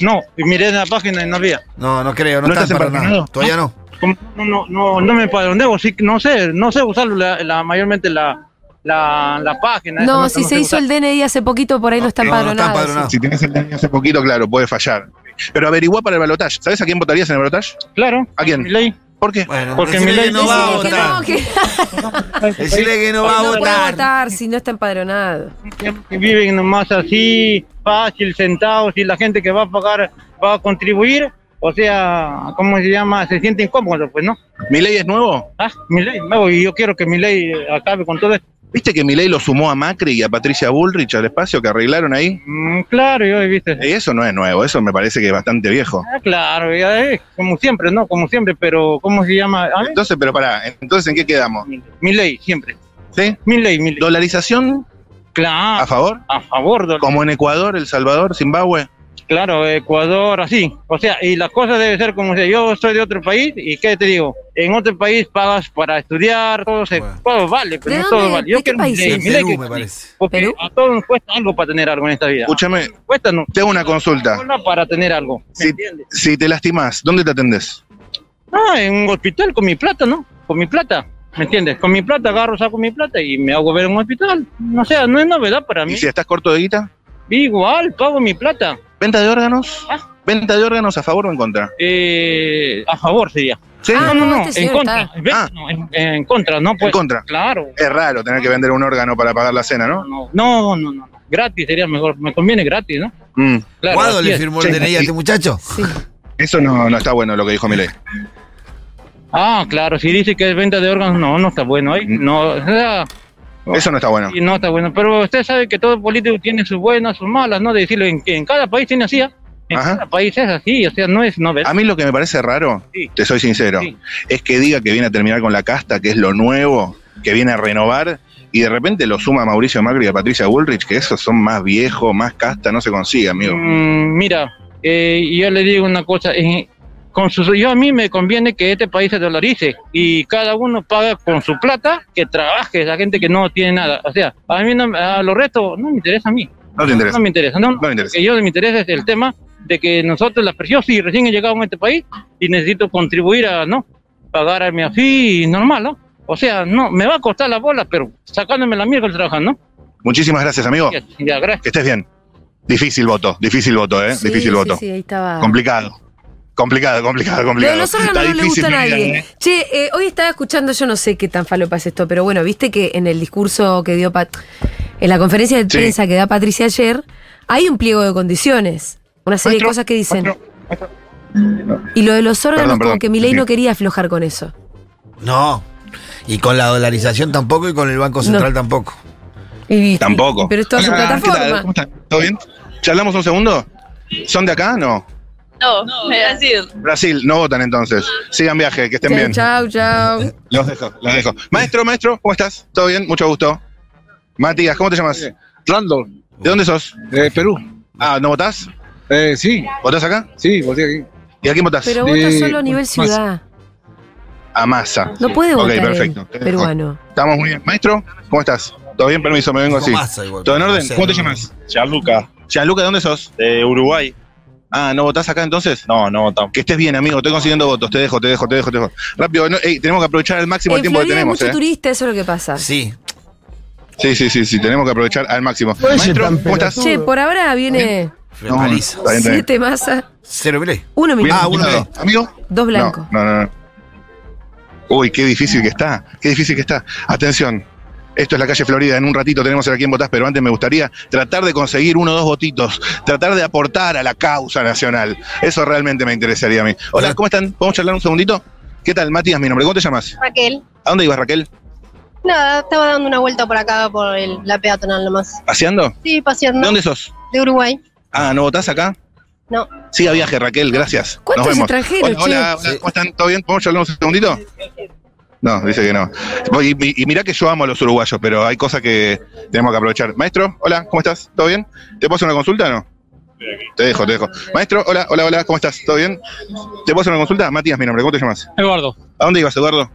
Speaker 16: No, y miré en la página y no había.
Speaker 2: No, no creo, no,
Speaker 16: ¿No
Speaker 2: están
Speaker 16: estás
Speaker 2: para nada.
Speaker 16: empadronado?
Speaker 2: Todavía no.
Speaker 16: Como No, no, no, no me empadroneo, sí, no sé, no sé usar la, la- mayormente la, la, la página. esa
Speaker 1: No,
Speaker 16: sé,
Speaker 1: si
Speaker 16: sé
Speaker 1: se hizo
Speaker 16: usar.
Speaker 1: el DNI hace poquito, por ahí no está empadronado.
Speaker 9: Si tienes el DNI hace poquito, claro, puede fallar. Pero averigua para el balotaje. ¿Sabes a quién votarías en el balotaje?
Speaker 16: Claro.
Speaker 9: ¿A quién? ¿Por qué?
Speaker 16: Porque decile Milei- que no va a
Speaker 1: Que no, que- (laughs) No puede votar si no está empadronado.
Speaker 16: Que viven nomás así, fácil, sentados, y la gente que va a pagar, va a contribuir, o sea, ¿cómo se llama? Se siente incómodo, pues, ¿no?
Speaker 9: ¿Mi ley es nuevo?
Speaker 16: eh, Ah, mi ley, nuevo, y yo quiero que mi ley acabe con todo esto.
Speaker 9: ¿Viste que Milei lo sumó a Macri y a Patricia Bullrich al espacio que arreglaron ahí?
Speaker 16: Mm, claro, y hoy, viste.
Speaker 9: Eso no es nuevo, eso me parece que es bastante viejo.
Speaker 16: Ah, claro, ya es como siempre, ¿no? Como siempre, pero ¿cómo se llama? A ver,
Speaker 9: Entonces, pero pará, entonces ¿en qué quedamos?
Speaker 16: mi ley, siempre.
Speaker 9: ¿Sí?
Speaker 16: Mi ley, mi ley.
Speaker 9: ¿Dolarización?
Speaker 16: Claro.
Speaker 9: ¿A favor?
Speaker 16: A favor, dólar.
Speaker 9: Como en Ecuador, El Salvador, Zimbabue.
Speaker 16: Claro, Ecuador, así. O sea, y las cosas deben ser como sea. Yo soy de otro país y ¿qué te digo? En otro país pagas para estudiar, todo, se, todo vale, pero
Speaker 1: ¿De
Speaker 16: no todo
Speaker 1: dónde?
Speaker 16: vale. Yo
Speaker 1: ¿De qué
Speaker 16: quiero mi
Speaker 1: país
Speaker 16: ley,
Speaker 1: es?
Speaker 16: mi ley
Speaker 1: Perú,
Speaker 16: que-
Speaker 1: me parece.
Speaker 16: Porque a todos nos cuesta algo para tener algo en esta vida.
Speaker 9: Escúchame.
Speaker 16: Cuesta, no.
Speaker 9: Tengo una consulta.
Speaker 16: Hola, Para tener algo.
Speaker 9: Si, si te lastimas, ¿dónde te atendés?
Speaker 16: No, Ah, en un hospital con mi plata, ¿no? Con mi plata. ¿Me entiendes? Con mi plata agarro, saco mi plata y me hago ver en un hospital. No sea, no es novedad para mí.
Speaker 9: ¿Y si estás corto de guita?
Speaker 16: Igual, pago mi plata.
Speaker 9: ¿Venta de órganos? ¿Venta de órganos a favor o en contra?
Speaker 16: Eh, a favor sería.
Speaker 9: ¿Sí?
Speaker 16: No, no, no,
Speaker 9: este
Speaker 16: en
Speaker 9: señor
Speaker 16: contra.
Speaker 9: está-
Speaker 16: Ve- no, en, en contra, ¿no? Pues,
Speaker 9: en contra.
Speaker 16: Claro.
Speaker 9: Es raro tener que vender un órgano para pagar la cena, ¿no?
Speaker 16: No, no, no, no. Gratis sería mejor. Me conviene gratis, ¿no?
Speaker 9: Mm.
Speaker 16: Claro,
Speaker 2: ¿Guado
Speaker 16: así
Speaker 2: le
Speaker 16: es.
Speaker 2: firmó el
Speaker 16: Sí.
Speaker 2: DNI a este muchacho?
Speaker 9: Eso no, no está bueno lo que dijo Milei.
Speaker 16: Ah, claro. Si dice que es venta de órganos, no, no está bueno. ahí. No, o sea,
Speaker 9: Eso no está bueno.
Speaker 16: Y no está bueno. Pero usted sabe que todo político tiene sus buenas, sus malas, ¿no? De decirlo, en, que en cada país tiene así, ¿ah? En
Speaker 9: Ajá.
Speaker 16: cada país es así, o sea, no es novedad.
Speaker 9: A mí lo que me parece raro, te soy sincero, es que diga que viene a terminar con la casta, que es lo nuevo, que viene a renovar, y de repente lo suma a Mauricio Macri y a Patricia Bullrich, que esos son más viejos, más casta, no se consigue, amigo.
Speaker 16: Mm, mira, eh, yo le digo una cosa. eh, con sus, yo a mí me conviene que este país se dolarice y cada uno paga con su plata que trabaje la gente que no tiene nada. O sea, a mí no, a los restos no me interesa a mí.
Speaker 9: No te interesa.
Speaker 16: No me interesa. No,
Speaker 9: me interesa.
Speaker 16: Que yo me interesa es el tema de que nosotros, las yo sí recién he llegado a este país y necesito contribuir a, ¿no? Pagar a mi así normal, ¿no? O sea, no, me va a costar la bola, pero sacándome la mierda trabajando, ¿no?
Speaker 9: Muchísimas gracias, amigo.
Speaker 16: Ya, ya, gracias.
Speaker 9: Que estés bien. Difícil voto, difícil voto, ¿eh?
Speaker 1: Sí,
Speaker 9: difícil
Speaker 1: sí,
Speaker 9: voto.
Speaker 1: Sí, ahí estaba.
Speaker 9: Complicado. Complicado, complicado,
Speaker 1: Lo de
Speaker 9: complicado.
Speaker 1: los órganos
Speaker 9: Está
Speaker 1: no le
Speaker 9: difícil
Speaker 1: gusta a
Speaker 9: mi vida,
Speaker 1: nadie.
Speaker 9: ¿eh?
Speaker 1: Che, eh, hoy estaba escuchando, yo no sé qué tan falopa es esto, pero bueno, viste que en el discurso que dio Pat, en la conferencia de
Speaker 9: Sí.
Speaker 1: prensa que da Patricia ayer, hay un pliego de condiciones, una serie de cosas que dicen. Y lo de los órganos,
Speaker 2: Perdón, perdón.
Speaker 1: como que Milei
Speaker 2: Sí.
Speaker 1: no quería aflojar con eso.
Speaker 2: No. Y con la dolarización tampoco y con el Banco Central tampoco.
Speaker 1: Y-
Speaker 9: Tampoco.
Speaker 1: Pero es toda su
Speaker 9: Hola, Ah, ¿qué tal?
Speaker 1: plataforma.
Speaker 9: ¿Cómo están? ¿Todo bien? ¿Charlamos un segundo? ¿Son de acá? No.
Speaker 15: No, Brasil.
Speaker 9: Brasil, no votan entonces. Sigan viaje, que estén bien.
Speaker 1: Chao, chao.
Speaker 9: Los dejo, los dejo. Maestro, maestro, ¿cómo estás? ¿Todo bien? Mucho gusto. Matías, ¿cómo te llamas? Randall. ¿De dónde sos? De Perú. Ah, ¿no votás? Eh, sí. ¿Votás acá? Sí, voté aquí. ¿Y a quién votás?
Speaker 1: Pero vota solo a nivel ciudad.
Speaker 9: A Massa.
Speaker 1: No puede votar
Speaker 9: Ok,
Speaker 1: él,
Speaker 9: perfecto. Te dejo.
Speaker 1: peruano.
Speaker 9: Estamos muy bien. Maestro, ¿cómo estás? ¿Todo bien? Permiso, me vengo
Speaker 2: Dijo
Speaker 9: así.
Speaker 2: Massa igual,
Speaker 9: ¿Todo en
Speaker 2: pero
Speaker 9: orden?
Speaker 2: no sé,
Speaker 9: ¿Cómo te
Speaker 2: no-
Speaker 9: llamas? Gianluca. Gianluca, ¿de dónde sos? De Uruguay. Ah, ¿no votás acá entonces? No, no votamos. Que estés bien, amigo. Estoy consiguiendo votos. Te dejo, te dejo, te dejo, te dejo. Rápido, no- ey, tenemos que aprovechar al máximo el
Speaker 1: En
Speaker 9: tiempo
Speaker 1: Florida
Speaker 9: que
Speaker 1: hay
Speaker 9: tenemos.
Speaker 1: mucho
Speaker 9: eh.
Speaker 1: turista, eso es lo que pasa.
Speaker 2: Sí.
Speaker 9: Sí, sí, sí, sí, tenemos que aprovechar al máximo. Maestro, ¿cómo estás?
Speaker 1: Che, por ahora viene
Speaker 9: No,
Speaker 2: Paliza.
Speaker 9: está bien, está bien.
Speaker 1: siete masas,
Speaker 2: Cero Milei.
Speaker 1: uno
Speaker 9: Bien,
Speaker 1: minuto.
Speaker 9: ah, uno, dos. ¿Amigo?
Speaker 1: Dos blancos.
Speaker 9: No, no, no. Uy, qué difícil que está. Qué difícil que está. Atención. Esto es la calle Florida. En un ratito tenemos el a quién votás, pero antes me gustaría tratar de conseguir uno o dos votitos. Tratar de aportar a la causa nacional. Eso realmente me interesaría a mí. Hola, ¿cómo están? ¿Podemos charlar un segundito? ¿Qué tal? Matías, mi nombre. ¿Cómo te llamas?
Speaker 17: Raquel.
Speaker 9: ¿A dónde ibas, Raquel?
Speaker 17: Nada, estaba dando una vuelta por acá, por el- la peatonal nomás.
Speaker 9: ¿Paseando?
Speaker 17: Sí,
Speaker 9: ¿De
Speaker 17: paseando.
Speaker 9: dónde sos?
Speaker 17: De Uruguay.
Speaker 9: Ah, ¿no votás acá?
Speaker 17: No.
Speaker 9: Siga viaje, Raquel, gracias.
Speaker 17: ¿Cuántos
Speaker 9: Nos vemos.
Speaker 17: extranjeros,
Speaker 9: Hola, hola,
Speaker 17: che?
Speaker 9: hola, ¿cómo están? ¿Todo bien? ¿Podemos charlar un segundito? No, dice que no. Y, y- y mirá que yo amo a los uruguayos, pero hay cosas que tenemos que aprovechar. Maestro, hola, ¿cómo estás? ¿Todo bien? ¿Te puedo hacer una consulta o no? Te dejo, te dejo. Maestro, hola, hola, hola, ¿cómo estás? ¿Todo bien? ¿Te puedo hacer una consulta? Matías, mi nombre, ¿cómo te llamas?
Speaker 18: Eduardo,
Speaker 9: ¿A dónde ibas, Eduardo?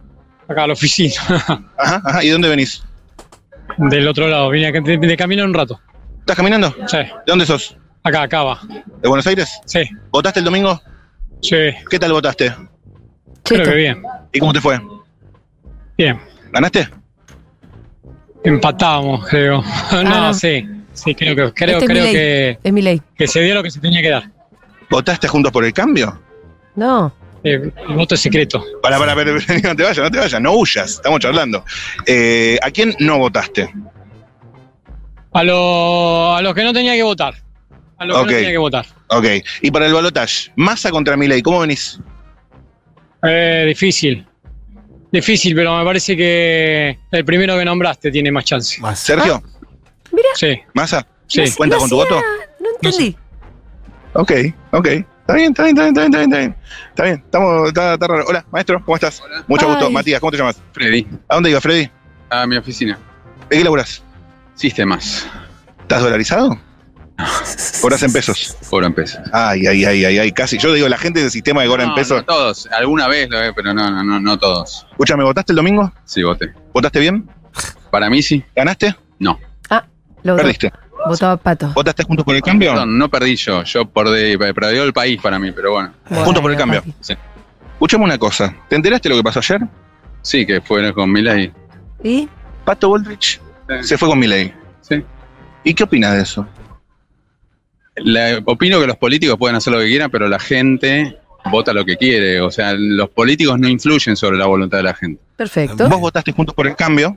Speaker 18: acá a la oficina. (laughs)
Speaker 9: Ajá, ajá, ¿y dónde venís?
Speaker 18: Del otro lado, vine acá- de, de camino un rato.
Speaker 9: ¿Estás caminando?
Speaker 18: Sí. ¿De
Speaker 9: dónde sos?
Speaker 18: Acá, acá va.
Speaker 9: ¿De Buenos Aires?
Speaker 18: Sí.
Speaker 9: ¿Votaste el domingo?
Speaker 18: Sí.
Speaker 9: ¿Qué tal votaste?
Speaker 18: Creo que bien.
Speaker 9: ¿Y cómo te fue?
Speaker 18: Bien.
Speaker 9: ¿Ganaste?
Speaker 18: Empatamos, creo. (laughs) no,
Speaker 1: no.
Speaker 18: sí. Sí, creo que, creo,
Speaker 1: Ah. Este es
Speaker 18: creo
Speaker 1: Milei.
Speaker 18: que,
Speaker 1: Es mi ley.
Speaker 18: que se dio lo que se tenía que dar.
Speaker 9: ¿Votaste juntos por el cambio?
Speaker 1: No.
Speaker 18: Eh, el voto es secreto.
Speaker 9: Para, para, para, (laughs) no te vayas, no te vayas, no huyas, estamos charlando. Eh, ¿A quién no votaste?
Speaker 18: A, lo- a los que no tenía que votar. A los
Speaker 9: Ok.
Speaker 18: que no tenía que votar.
Speaker 9: Ok, y para el balotaje, Massa contra Milei, ¿cómo venís?
Speaker 18: Eh, difícil. Difícil, pero me parece que el primero que nombraste tiene más chance.
Speaker 9: Sergio.
Speaker 1: Mira.
Speaker 18: Sí.
Speaker 9: ¿Masa?
Speaker 18: Sí.
Speaker 9: ¿Cuenta con tu voto?
Speaker 1: No entendí.
Speaker 9: Ok, ok. Está bien, está bien, está bien, está bien, está bien, está bien. Está bien, estamos, está, está raro. Hola, maestro, ¿cómo estás? Mucho gusto.
Speaker 19: Ay.
Speaker 9: Matías, ¿cómo te llamas?
Speaker 19: Freddy,
Speaker 9: ¿A dónde ibas, Freddy?
Speaker 19: a mi oficina.
Speaker 9: ¿De qué laburas?
Speaker 19: Sistemas.
Speaker 9: ¿Estás dolarizado? Cobras en pesos.
Speaker 19: Cobro en pesos.
Speaker 9: Ay, ay, ay, ay, ay, casi. Yo digo, la gente del sistema de cobra en
Speaker 19: No,
Speaker 9: pesos.
Speaker 19: no todos. Alguna vez lo he, pero no, no, no, no todos.
Speaker 9: Escúchame, ¿votaste el domingo?
Speaker 19: Sí, voté.
Speaker 9: ¿Votaste bien?
Speaker 19: Para mí sí.
Speaker 9: ¿Ganaste?
Speaker 19: No.
Speaker 1: Ah, logró.
Speaker 9: Perdiste.
Speaker 1: Votaba Pato.
Speaker 9: ¿Votaste juntos por el cambio?
Speaker 19: Perdón, no perdí yo. Yo perdí, perdió el país para mí, pero bueno.
Speaker 9: Juntos por el cambio.
Speaker 19: Sí.
Speaker 9: Escuchame una cosa. ¿Te enteraste de lo que pasó ayer?
Speaker 19: Sí, que fueron con Milay.
Speaker 1: ¿Y?
Speaker 9: Pato Goldrich se fue con Milei.
Speaker 19: Sí.
Speaker 9: ¿Y qué opinas de eso?
Speaker 19: La- opino que los políticos pueden hacer lo que quieran, pero la gente vota lo que quiere. O sea, los políticos no influyen sobre la voluntad de la gente.
Speaker 1: Perfecto.
Speaker 9: Vos votaste Juntos por el Cambio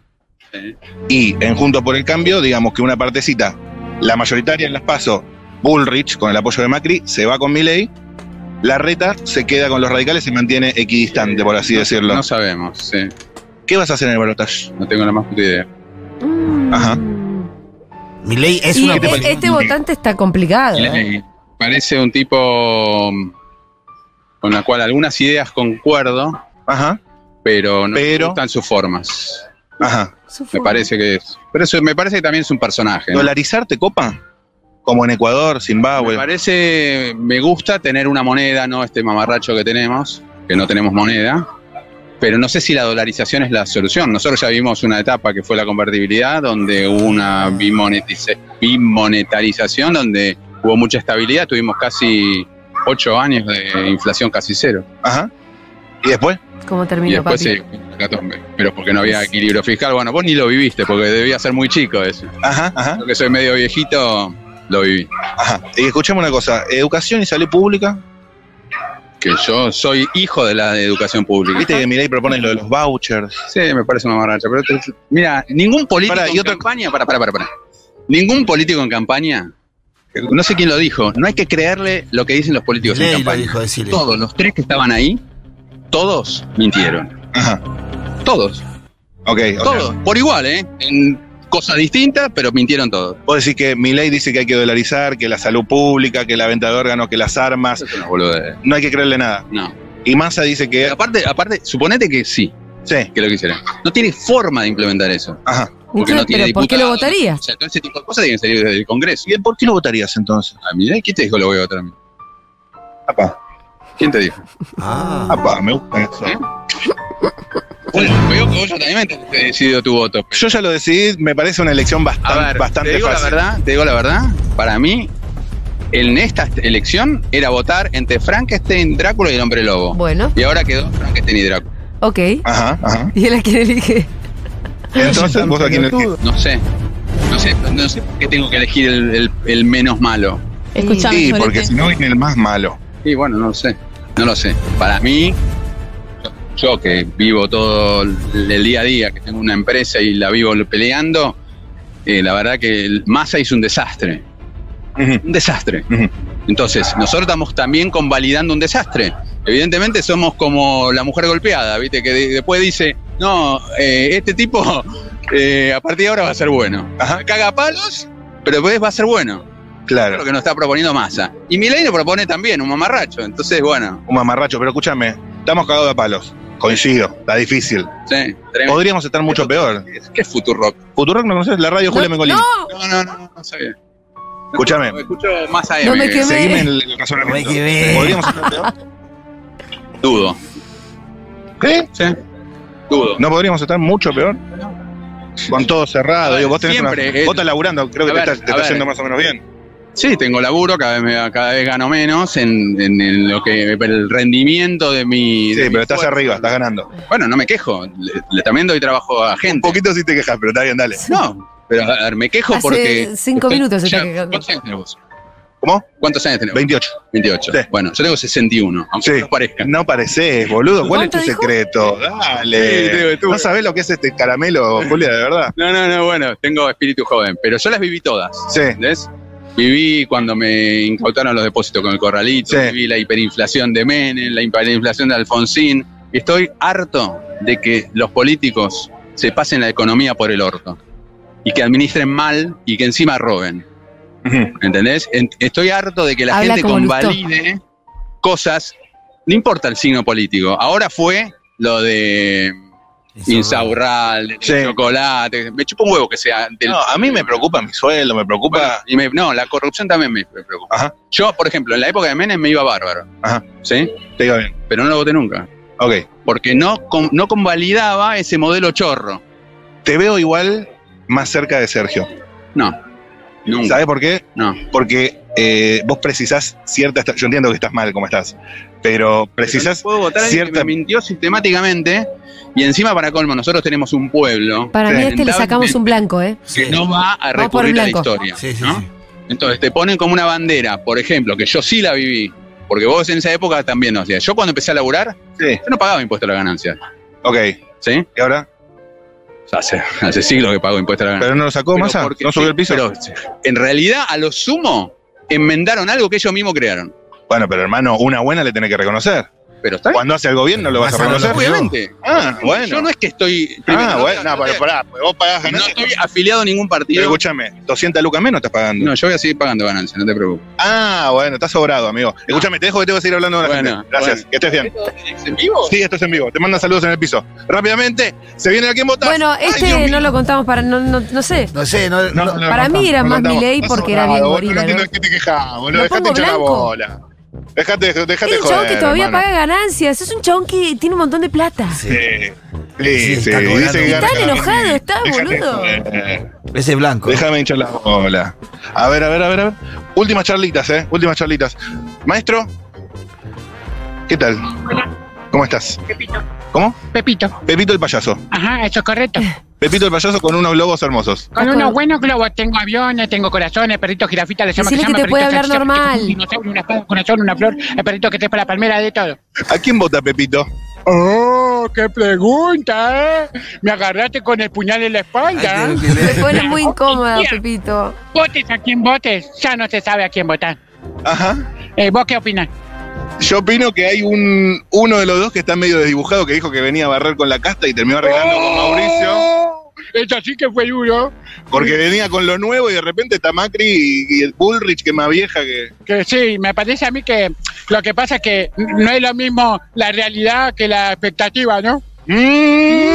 Speaker 9: y en Juntos por el Cambio, digamos que una partecita, la mayoritaria en las PASO, Bullrich con el apoyo de Macri, se va con Milei, la reta se queda con los radicales y mantiene equidistante, por así decirlo.
Speaker 19: No sabemos, sí.
Speaker 9: ¿Qué vas a hacer en el balotaje?
Speaker 19: No tengo la más puta idea.
Speaker 9: Ajá.
Speaker 2: Milei es
Speaker 1: Mm. Y
Speaker 2: una
Speaker 1: e-
Speaker 2: persona-
Speaker 1: este votante está complicado. ¿eh?
Speaker 19: Milei Parece un tipo mm, con la cual algunas ideas concuerdo,
Speaker 9: Ajá.
Speaker 19: pero no
Speaker 9: Pero-
Speaker 19: me gustan sus formas.
Speaker 9: Ajá.
Speaker 19: Me parece que es. Pero eso, me parece que también es un personaje. ¿no?
Speaker 9: ¿Dolarizarte copa? Como en Ecuador,
Speaker 19: Me
Speaker 9: Zimbabue.
Speaker 19: parece, me gusta tener una moneda, no este mamarracho que tenemos, que no tenemos moneda, pero no sé si la dolarización es la solución. Nosotros ya vimos una etapa que fue la convertibilidad, donde hubo una bimonetice- bimonetarización, donde hubo mucha estabilidad, tuvimos casi ocho años de inflación casi cero.
Speaker 9: Ajá. ¿Y después?
Speaker 1: ¿Cómo
Speaker 19: y
Speaker 1: terminó,
Speaker 19: después
Speaker 1: papi?
Speaker 19: se catombe. pero porque no había equilibrio fiscal, bueno, vos ni lo viviste, porque debía ser muy chico eso.
Speaker 9: Ajá, ajá.
Speaker 19: Yo que soy medio viejito, lo viví.
Speaker 9: Ajá. Y escuchame una cosa, educación y salud pública.
Speaker 19: Que yo soy hijo de la educación pública.
Speaker 9: Viste que Milei propone lo de los vouchers.
Speaker 19: Sí, me parece una mamarracha. Pero te- mira, ningún político
Speaker 9: Pará, y
Speaker 19: en
Speaker 9: otra-
Speaker 19: campaña. Para, para, para, para. Ningún político en campaña. No sé quién lo dijo. No hay que creerle lo que dicen los políticos
Speaker 2: Milei
Speaker 19: en
Speaker 2: lo
Speaker 19: campaña.
Speaker 2: dijo, decile.
Speaker 19: Todos los tres que estaban ahí, todos mintieron.
Speaker 9: Ajá.
Speaker 19: Todos.
Speaker 9: Ok, o sea,
Speaker 19: Todos. Por igual, ¿eh? En cosas distintas, pero mintieron todos.
Speaker 9: Vos decís que Milei dice que hay que dolarizar, que la salud pública, que la venta de órganos, que las armas.
Speaker 19: No, boludo. eh.
Speaker 9: No hay que creerle nada.
Speaker 19: No.
Speaker 9: Y Massa dice que.
Speaker 19: Aparte, aparte, suponete que sí.
Speaker 9: Sí.
Speaker 19: Que lo quisieran. No tiene forma de implementar eso.
Speaker 9: Ajá.
Speaker 19: Porque no
Speaker 1: Entonces,
Speaker 19: tiene
Speaker 1: ¿Pero por qué lo
Speaker 19: diputados.
Speaker 1: votaría?
Speaker 19: O sea, todo ese tipo de cosas tienen que salir del Congreso.
Speaker 9: ¿Y por qué lo votarías entonces?
Speaker 19: Ah, mira, ¿quién te dijo lo voy a votar a mí?
Speaker 9: Apá.
Speaker 19: ¿Quién te dijo?
Speaker 2: Ah,
Speaker 9: Apá, me
Speaker 19: ¿Eh?
Speaker 9: gusta eso.
Speaker 19: Bueno, veo que vos ya también te- te decidido tu voto.
Speaker 9: Yo ya lo decidí, me parece una elección
Speaker 19: A
Speaker 9: bastante,
Speaker 19: ver,
Speaker 9: bastante
Speaker 19: te digo
Speaker 9: fácil.
Speaker 19: la verdad, te digo la verdad, para mí, en esta elección era votar entre Frankenstein, Drácula y el Hombre Lobo.
Speaker 1: Bueno,
Speaker 19: Y ahora quedó Frankenstein y Drácula.
Speaker 1: ok.
Speaker 9: Ajá, ajá.
Speaker 1: ¿Y él a quién elige?
Speaker 9: Entonces, vos aquí en el
Speaker 19: No sé, no sé, no sé por qué tengo que elegir el, el- el menos malo.
Speaker 15: Escuchame,
Speaker 9: Sí,
Speaker 15: Solete.
Speaker 9: porque si no viene el más malo.
Speaker 19: Y bueno, no lo sé, no lo sé. Para mí, yo que vivo todo el el día a día, que tengo una empresa y la vivo peleando, eh, la verdad que el Massa hizo un desastre. Un desastre. Entonces, nosotros estamos también convalidando un desastre. Evidentemente somos como la mujer golpeada, ¿viste? Que de- después dice, no, eh, este tipo (laughs) eh, a partir de ahora va a ser bueno.
Speaker 9: Ajá.
Speaker 19: Caga a palos, pero después va a ser bueno. Es
Speaker 9: Claro.
Speaker 19: lo que nos está proponiendo Massa. Y Milei lo propone también, un mamarracho. Entonces, bueno,
Speaker 9: Un mamarracho, pero escúchame, estamos cagados de palos. Coincido, está difícil.
Speaker 19: sí, tremendo.
Speaker 9: Podríamos estar mucho peor.
Speaker 19: ¿Qué es Futurock?
Speaker 9: Futurock no conoces la radio Julia Mengolini.
Speaker 19: No, no, no, no sabía.
Speaker 9: Escúchame,
Speaker 19: Escucho más AM.
Speaker 1: No me
Speaker 19: que
Speaker 1: quemé.
Speaker 9: seguime en el, el razonamiento.
Speaker 2: Hay que ver.
Speaker 9: ¿Podríamos estar peor?
Speaker 19: Dudo.
Speaker 9: ¿Qué?
Speaker 19: Sí. Dudo.
Speaker 9: ¿No podríamos estar mucho peor? Con todo cerrado,
Speaker 19: A ver,
Speaker 9: digo, vos tenés
Speaker 19: siempre
Speaker 9: una-
Speaker 19: es-
Speaker 9: vos estás laburando, creo que
Speaker 19: A
Speaker 9: te
Speaker 19: ver,
Speaker 9: estás, te
Speaker 19: a
Speaker 9: estás
Speaker 19: ver.
Speaker 9: yendo más o menos bien.
Speaker 19: Sí, tengo laburo, cada vez, me- cada vez gano menos en, en- en lo que el rendimiento de mi.
Speaker 9: Sí,
Speaker 19: de mi
Speaker 9: pero estás
Speaker 19: esfuerzo.
Speaker 9: arriba, estás ganando.
Speaker 19: Bueno, no me quejo. Le- le- también doy trabajo a
Speaker 9: Un
Speaker 19: gente.
Speaker 9: poquito sí te quejas, pero está bien, dale.
Speaker 19: No, pero a ver, me quejo
Speaker 1: Hace
Speaker 19: porque.
Speaker 1: cinco minutos se
Speaker 19: ya,
Speaker 1: está quejando.
Speaker 19: ¿Cuántos años tenés vos?
Speaker 9: ¿Cómo?
Speaker 19: ¿Cuántos años tenés vos?
Speaker 9: 28.
Speaker 19: 28.
Speaker 9: Sí.
Speaker 19: Bueno, yo tengo 61, aunque
Speaker 9: Sí.
Speaker 19: no parezca.
Speaker 9: No pareces, boludo. ¿Cuál es
Speaker 1: ¿Cuánto
Speaker 9: tu
Speaker 1: dijo?
Speaker 9: secreto?
Speaker 19: Sí,
Speaker 9: Dale.
Speaker 19: tuve, tuve.
Speaker 9: Eh, ¿No sabés lo que es este caramelo, (laughs) Julia, de verdad?
Speaker 19: No, no, no, bueno, tengo espíritu joven, pero yo las viví todas.
Speaker 9: Sí.
Speaker 19: ¿Entendés? Viví cuando me incautaron los depósitos con el corralito,
Speaker 9: Sí.
Speaker 19: viví la hiperinflación de Menem, la hiperinflación de Alfonsín. y Estoy harto de que los políticos se pasen la economía por el orto y que administren mal y que encima roben. ¿Entendés? En- Estoy harto de que la
Speaker 1: Habla
Speaker 19: gente
Speaker 1: como Lustó.
Speaker 19: convalide cosas, no importa el signo político. Ahora fue lo de Insaurral, chocolate, me chupa un huevo que sea.
Speaker 9: No,
Speaker 19: a mí me preocupa mi sueldo, me preocupa. y me- no, la corrupción también me, me preocupa. Yo, por ejemplo, en la época de Menem me iba bárbaro. ¿Sí? Te iba bien. Pero no lo voté nunca. Ok. Porque no, con- no convalidaba ese modelo chorro.
Speaker 9: Te veo igual más cerca de Sergio.
Speaker 19: No.
Speaker 9: ¿Sabes por qué?
Speaker 19: No.
Speaker 9: Porque eh, vos precisás cierta. esta- Yo entiendo que estás mal como estás, pero precisás
Speaker 19: Puedo votar a alguien que
Speaker 9: cierta.
Speaker 19: me mintió sistemáticamente. Y encima, para colmo, nosotros tenemos un pueblo.
Speaker 1: Para mí a este le sacamos un blanco, ¿eh?
Speaker 19: que no va a
Speaker 1: Va por
Speaker 19: recurrir a la
Speaker 1: blanco.
Speaker 19: historia. ¿no? Entonces te ponen como una bandera, por ejemplo, que yo sí la viví, porque vos en esa época también no hacías. Yo cuando empecé a laburar, yo no pagaba impuesto a la ganancia.
Speaker 9: Ok.
Speaker 19: ¿Sí?
Speaker 9: ¿Y ahora?
Speaker 19: Hace, hace siglos que pago impuesto a la ganancia.
Speaker 9: Pero no lo sacó, Massa,
Speaker 19: porque-
Speaker 9: no subió el piso.
Speaker 19: pero, en realidad, a lo sumo, enmendaron algo que ellos mismos crearon.
Speaker 9: Bueno, pero hermano, una buena le tenés que reconocer.
Speaker 19: Pero
Speaker 9: Cuando hace algo bien no lo vas a reconocer.
Speaker 19: Obviamente.
Speaker 9: Ah, bueno.
Speaker 19: Yo no es que estoy.
Speaker 9: Ah,
Speaker 19: no,
Speaker 9: bueno, no, pero pará, vos pagás
Speaker 19: ganancia. No estoy afiliado a ningún partido.
Speaker 9: escúchame, 200 lucas menos estás pagando.
Speaker 19: No, yo voy a seguir pagando ganancia, no te preocupes.
Speaker 9: Ah, bueno, estás sobrado, amigo. Escúchame, te dejo que tengo que seguir hablando de la
Speaker 19: Bueno,
Speaker 9: gente. Gracias,
Speaker 19: bueno.
Speaker 9: que estés bien.
Speaker 19: ¿Es en vivo?
Speaker 9: Sí, esto es en vivo. Te mandan saludos en el piso. Rápidamente, se viene a quién votas.
Speaker 1: Bueno,
Speaker 9: Ay,
Speaker 1: este
Speaker 9: Dios mío.
Speaker 1: no lo contamos para. No, no, no sé.
Speaker 2: No sé, no.
Speaker 9: No, no,
Speaker 1: para
Speaker 9: no,
Speaker 1: mí
Speaker 9: no,
Speaker 1: era
Speaker 9: no
Speaker 1: más
Speaker 9: contamos.
Speaker 1: Milei
Speaker 9: Estás
Speaker 1: porque era bien
Speaker 9: sobrado,
Speaker 1: gorila.
Speaker 9: boludo, No entiendo
Speaker 1: ¿no?
Speaker 9: de qué te quejás, boludo.
Speaker 1: Lo
Speaker 9: Dejate
Speaker 1: pongo
Speaker 9: hinchar la
Speaker 1: blanco.
Speaker 9: bola. Dejate, dejate
Speaker 1: Es un chabón
Speaker 9: joder.
Speaker 1: que todavía
Speaker 9: hermano.
Speaker 1: paga ganancias. Es un chabón que tiene un montón de plata.
Speaker 9: Sí, sí, sí.
Speaker 2: está cobrando.
Speaker 9: dice que
Speaker 1: Está
Speaker 9: gana.
Speaker 1: enojado, está, boludo.
Speaker 19: Eh,
Speaker 2: Ese blanco.
Speaker 9: Déjame hinchar la bola. A ver, a ver, a ver, a ver. Últimas charlitas, eh. Últimas charlitas. Maestro, ¿qué tal? ¿Cómo estás?
Speaker 20: Pepito.
Speaker 9: ¿Cómo?
Speaker 20: Pepito.
Speaker 9: Pepito el payaso.
Speaker 20: Ajá, eso es
Speaker 1: (laughs)
Speaker 20: correcto.
Speaker 9: Pepito el payaso con unos globos hermosos.
Speaker 20: Con unos buenos globos. Tengo aviones, tengo corazones, perritos, jirafitas, le llama
Speaker 1: Decile que te puede hablar normal.
Speaker 20: Un dinosaurio, una espada, un corazón, una flor, el perrito que te es para la palmera, de todo.
Speaker 9: ¿A quién vota Pepito?
Speaker 20: ¡Oh, qué pregunta, eh! Me agarraste con el puñal en la espalda.
Speaker 1: Me pone muy incómoda, Pepito.
Speaker 20: Votes a quién votes, ya no se sabe a quién votar.
Speaker 9: Ajá.
Speaker 20: Eh, ¿Vos qué opinás?
Speaker 9: Yo opino que hay un uno de los dos que está medio desdibujado que dijo que venía a barrer con la casta y terminó arreglando con Mauricio.
Speaker 20: Eso Eh, sí que fue duro.
Speaker 9: Porque venía con lo nuevo y de repente está Macri y, y el Bullrich, que es más vieja que.
Speaker 20: Que sí, me parece a mí que lo que pasa es que no es lo mismo la realidad que la expectativa, ¿no? Mm.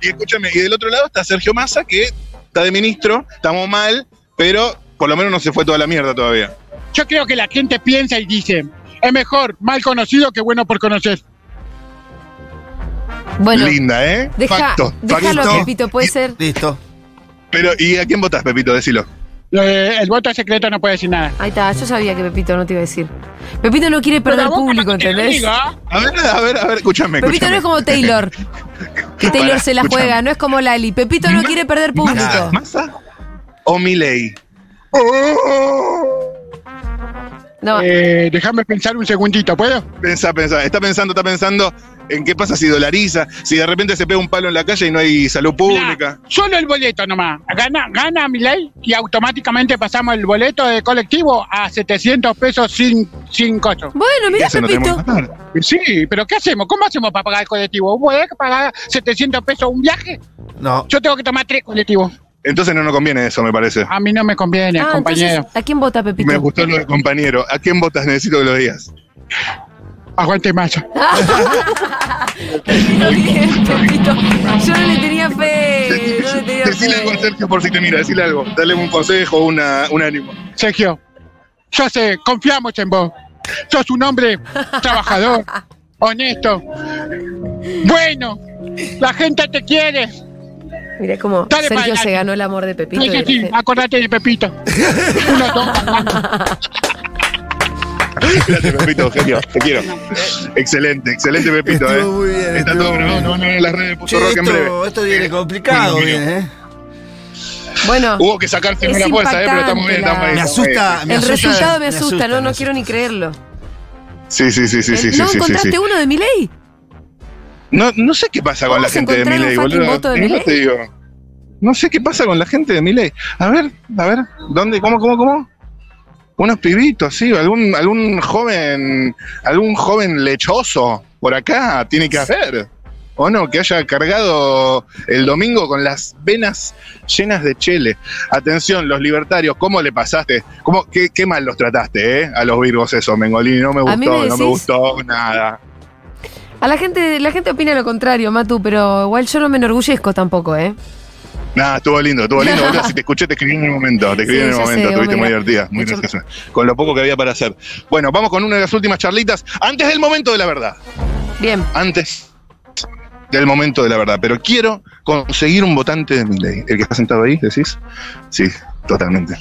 Speaker 9: Y escúchame, y del otro lado está Sergio Massa, que está de ministro, estamos mal, pero por lo menos no se fue toda la mierda todavía.
Speaker 20: Yo creo que la gente piensa y dice, es mejor mal conocido que bueno por conocer.
Speaker 1: Bueno.
Speaker 9: Linda, ¿eh?
Speaker 1: Deja,
Speaker 9: Facto,
Speaker 1: déjalo a
Speaker 9: facto.
Speaker 1: Pepito, puede ser.
Speaker 2: Listo.
Speaker 9: Pero, ¿y a quién votas, Pepito? Decilo.
Speaker 20: Eh, el voto secreto no puede decir nada.
Speaker 1: Ahí está, yo sabía que Pepito no te iba a decir. Pepito no quiere
Speaker 20: Pero
Speaker 1: perder
Speaker 20: vos
Speaker 1: público,
Speaker 20: capaz que lo
Speaker 1: ¿entendés?
Speaker 20: diga.
Speaker 9: A ver, a ver, a ver, escúchame.
Speaker 1: Pepito no
Speaker 9: escúchame.
Speaker 1: es como Taylor. Que Taylor
Speaker 9: Pará,
Speaker 1: se la
Speaker 9: escúchame.
Speaker 1: juega, no es como Lali. Pepito no quiere perder público.
Speaker 9: ¿Massa o Milei? ¡Oh!
Speaker 1: No.
Speaker 20: Eh, déjame pensar un segundito, ¿puedo?
Speaker 9: Pensá, pensá. Está pensando, está pensando en qué pasa si dolariza, si de repente se pega un palo en la calle y no hay salud pública.
Speaker 20: Solo el boleto nomás. Gana, gana mi ley y automáticamente pasamos el boleto de colectivo a 700 pesos sin, sin costo.
Speaker 1: Bueno,
Speaker 9: mirá, Eso no Pepito. tenemos que
Speaker 20: sí, pero ¿qué hacemos? ¿Cómo hacemos para pagar el colectivo? ¿Vos podés pagar 700 pesos un viaje?
Speaker 2: No.
Speaker 20: Yo tengo que tomar tres colectivos.
Speaker 9: Entonces no nos conviene eso, me parece.
Speaker 20: A mí no me conviene,
Speaker 1: Ah,
Speaker 20: compañero.
Speaker 1: entonces, ¿a quién vota Pepito?
Speaker 9: Me gustó lo de compañero. ¿A quién votas? Necesito que lo digas.
Speaker 20: Aguante más.
Speaker 1: Pepito bien, Pepito. Yo no le tenía fe. No le tenía
Speaker 9: Decile algo a
Speaker 1: fe.
Speaker 9: Sergio por si te mira, decile algo. Dale un consejo, una, un ánimo.
Speaker 20: Sergio, yo sé, confiamos en vos. Sos un hombre
Speaker 1: (laughs)
Speaker 20: trabajador, honesto, bueno. La gente te quiere.
Speaker 1: Mirá cómo
Speaker 20: Dale para
Speaker 1: Sergio se
Speaker 20: adelante.
Speaker 1: ganó el amor de Pepito.
Speaker 20: Sí, sí, sí,
Speaker 1: Dice,
Speaker 20: acordate de Pepito. Uno, dos, (laughs)
Speaker 9: Gracias, Pepito, genio. Te quiero.
Speaker 1: eh,
Speaker 9: Excelente, excelente, Pepito. eh.
Speaker 2: Estuvo muy bien,
Speaker 9: Está
Speaker 2: estuvo
Speaker 9: todo
Speaker 2: muy
Speaker 9: grabado,
Speaker 2: bien.
Speaker 9: nos van a ver en las redes de Puto
Speaker 2: Che,
Speaker 9: Rock en breve.
Speaker 2: esto, esto viene complicado,
Speaker 9: Bueno,
Speaker 2: viene, ¿eh?
Speaker 1: Bueno.
Speaker 9: Hubo que sacarse
Speaker 1: Es
Speaker 9: una fuerza, eh, pero estamos bien,
Speaker 1: impactante
Speaker 9: estamos bien.
Speaker 2: Me
Speaker 9: estamos bien.
Speaker 2: asusta, me
Speaker 1: El
Speaker 2: asusta.
Speaker 1: resultado me
Speaker 2: me
Speaker 1: asusta,
Speaker 2: asusta,
Speaker 1: no,
Speaker 2: me
Speaker 1: no quiero ni creerlo.
Speaker 9: Sí, sí, sí, sí, sí, sí,
Speaker 1: Eh, ¿No
Speaker 9: sí, sí,
Speaker 1: encontraste
Speaker 9: sí.
Speaker 1: uno de Milei?
Speaker 9: No, no sé qué pasa con la
Speaker 1: ¿Vamos a
Speaker 9: gente de
Speaker 1: encontrar un
Speaker 9: Milei,
Speaker 1: fucking
Speaker 9: boludo.
Speaker 1: voto de
Speaker 9: Yo
Speaker 1: Milei?
Speaker 9: te digo. No sé qué pasa con la gente de Milei. A ver, a ver, ¿dónde? ¿Cómo, cómo, cómo? Unos pibitos, sí, algún, algún joven, algún joven lechoso por acá tiene que haber. o no, que haya cargado el domingo con las venas llenas de chele. Atención, los libertarios, ¿cómo le pasaste? ¿Cómo, qué, qué mal los trataste, eh? A los virgos eso, Mengolini, no me
Speaker 1: ¿A mí
Speaker 9: gustó,
Speaker 1: me
Speaker 9: no me
Speaker 1: decís?
Speaker 9: gustó nada.
Speaker 1: A la gente, la gente opina lo contrario, Matu, pero igual yo no me enorgullezco tampoco, ¿eh?
Speaker 9: Nada, estuvo lindo, estuvo
Speaker 1: (laughs)
Speaker 9: lindo. boludo. si te escuché, te escribí en el momento. Te escribí
Speaker 1: Sí,
Speaker 9: en el
Speaker 1: ya
Speaker 9: momento,
Speaker 1: sé,
Speaker 9: estuviste
Speaker 1: vos me
Speaker 9: muy
Speaker 1: la-
Speaker 9: divertida, muy graciosa. Con lo poco que había para hacer. Bueno, vamos con una de las últimas charlitas, antes del momento de la verdad.
Speaker 1: Bien.
Speaker 9: Antes del momento de la verdad. Pero quiero conseguir un votante de mi ley. El que está sentado ahí, decís. Sí, totalmente.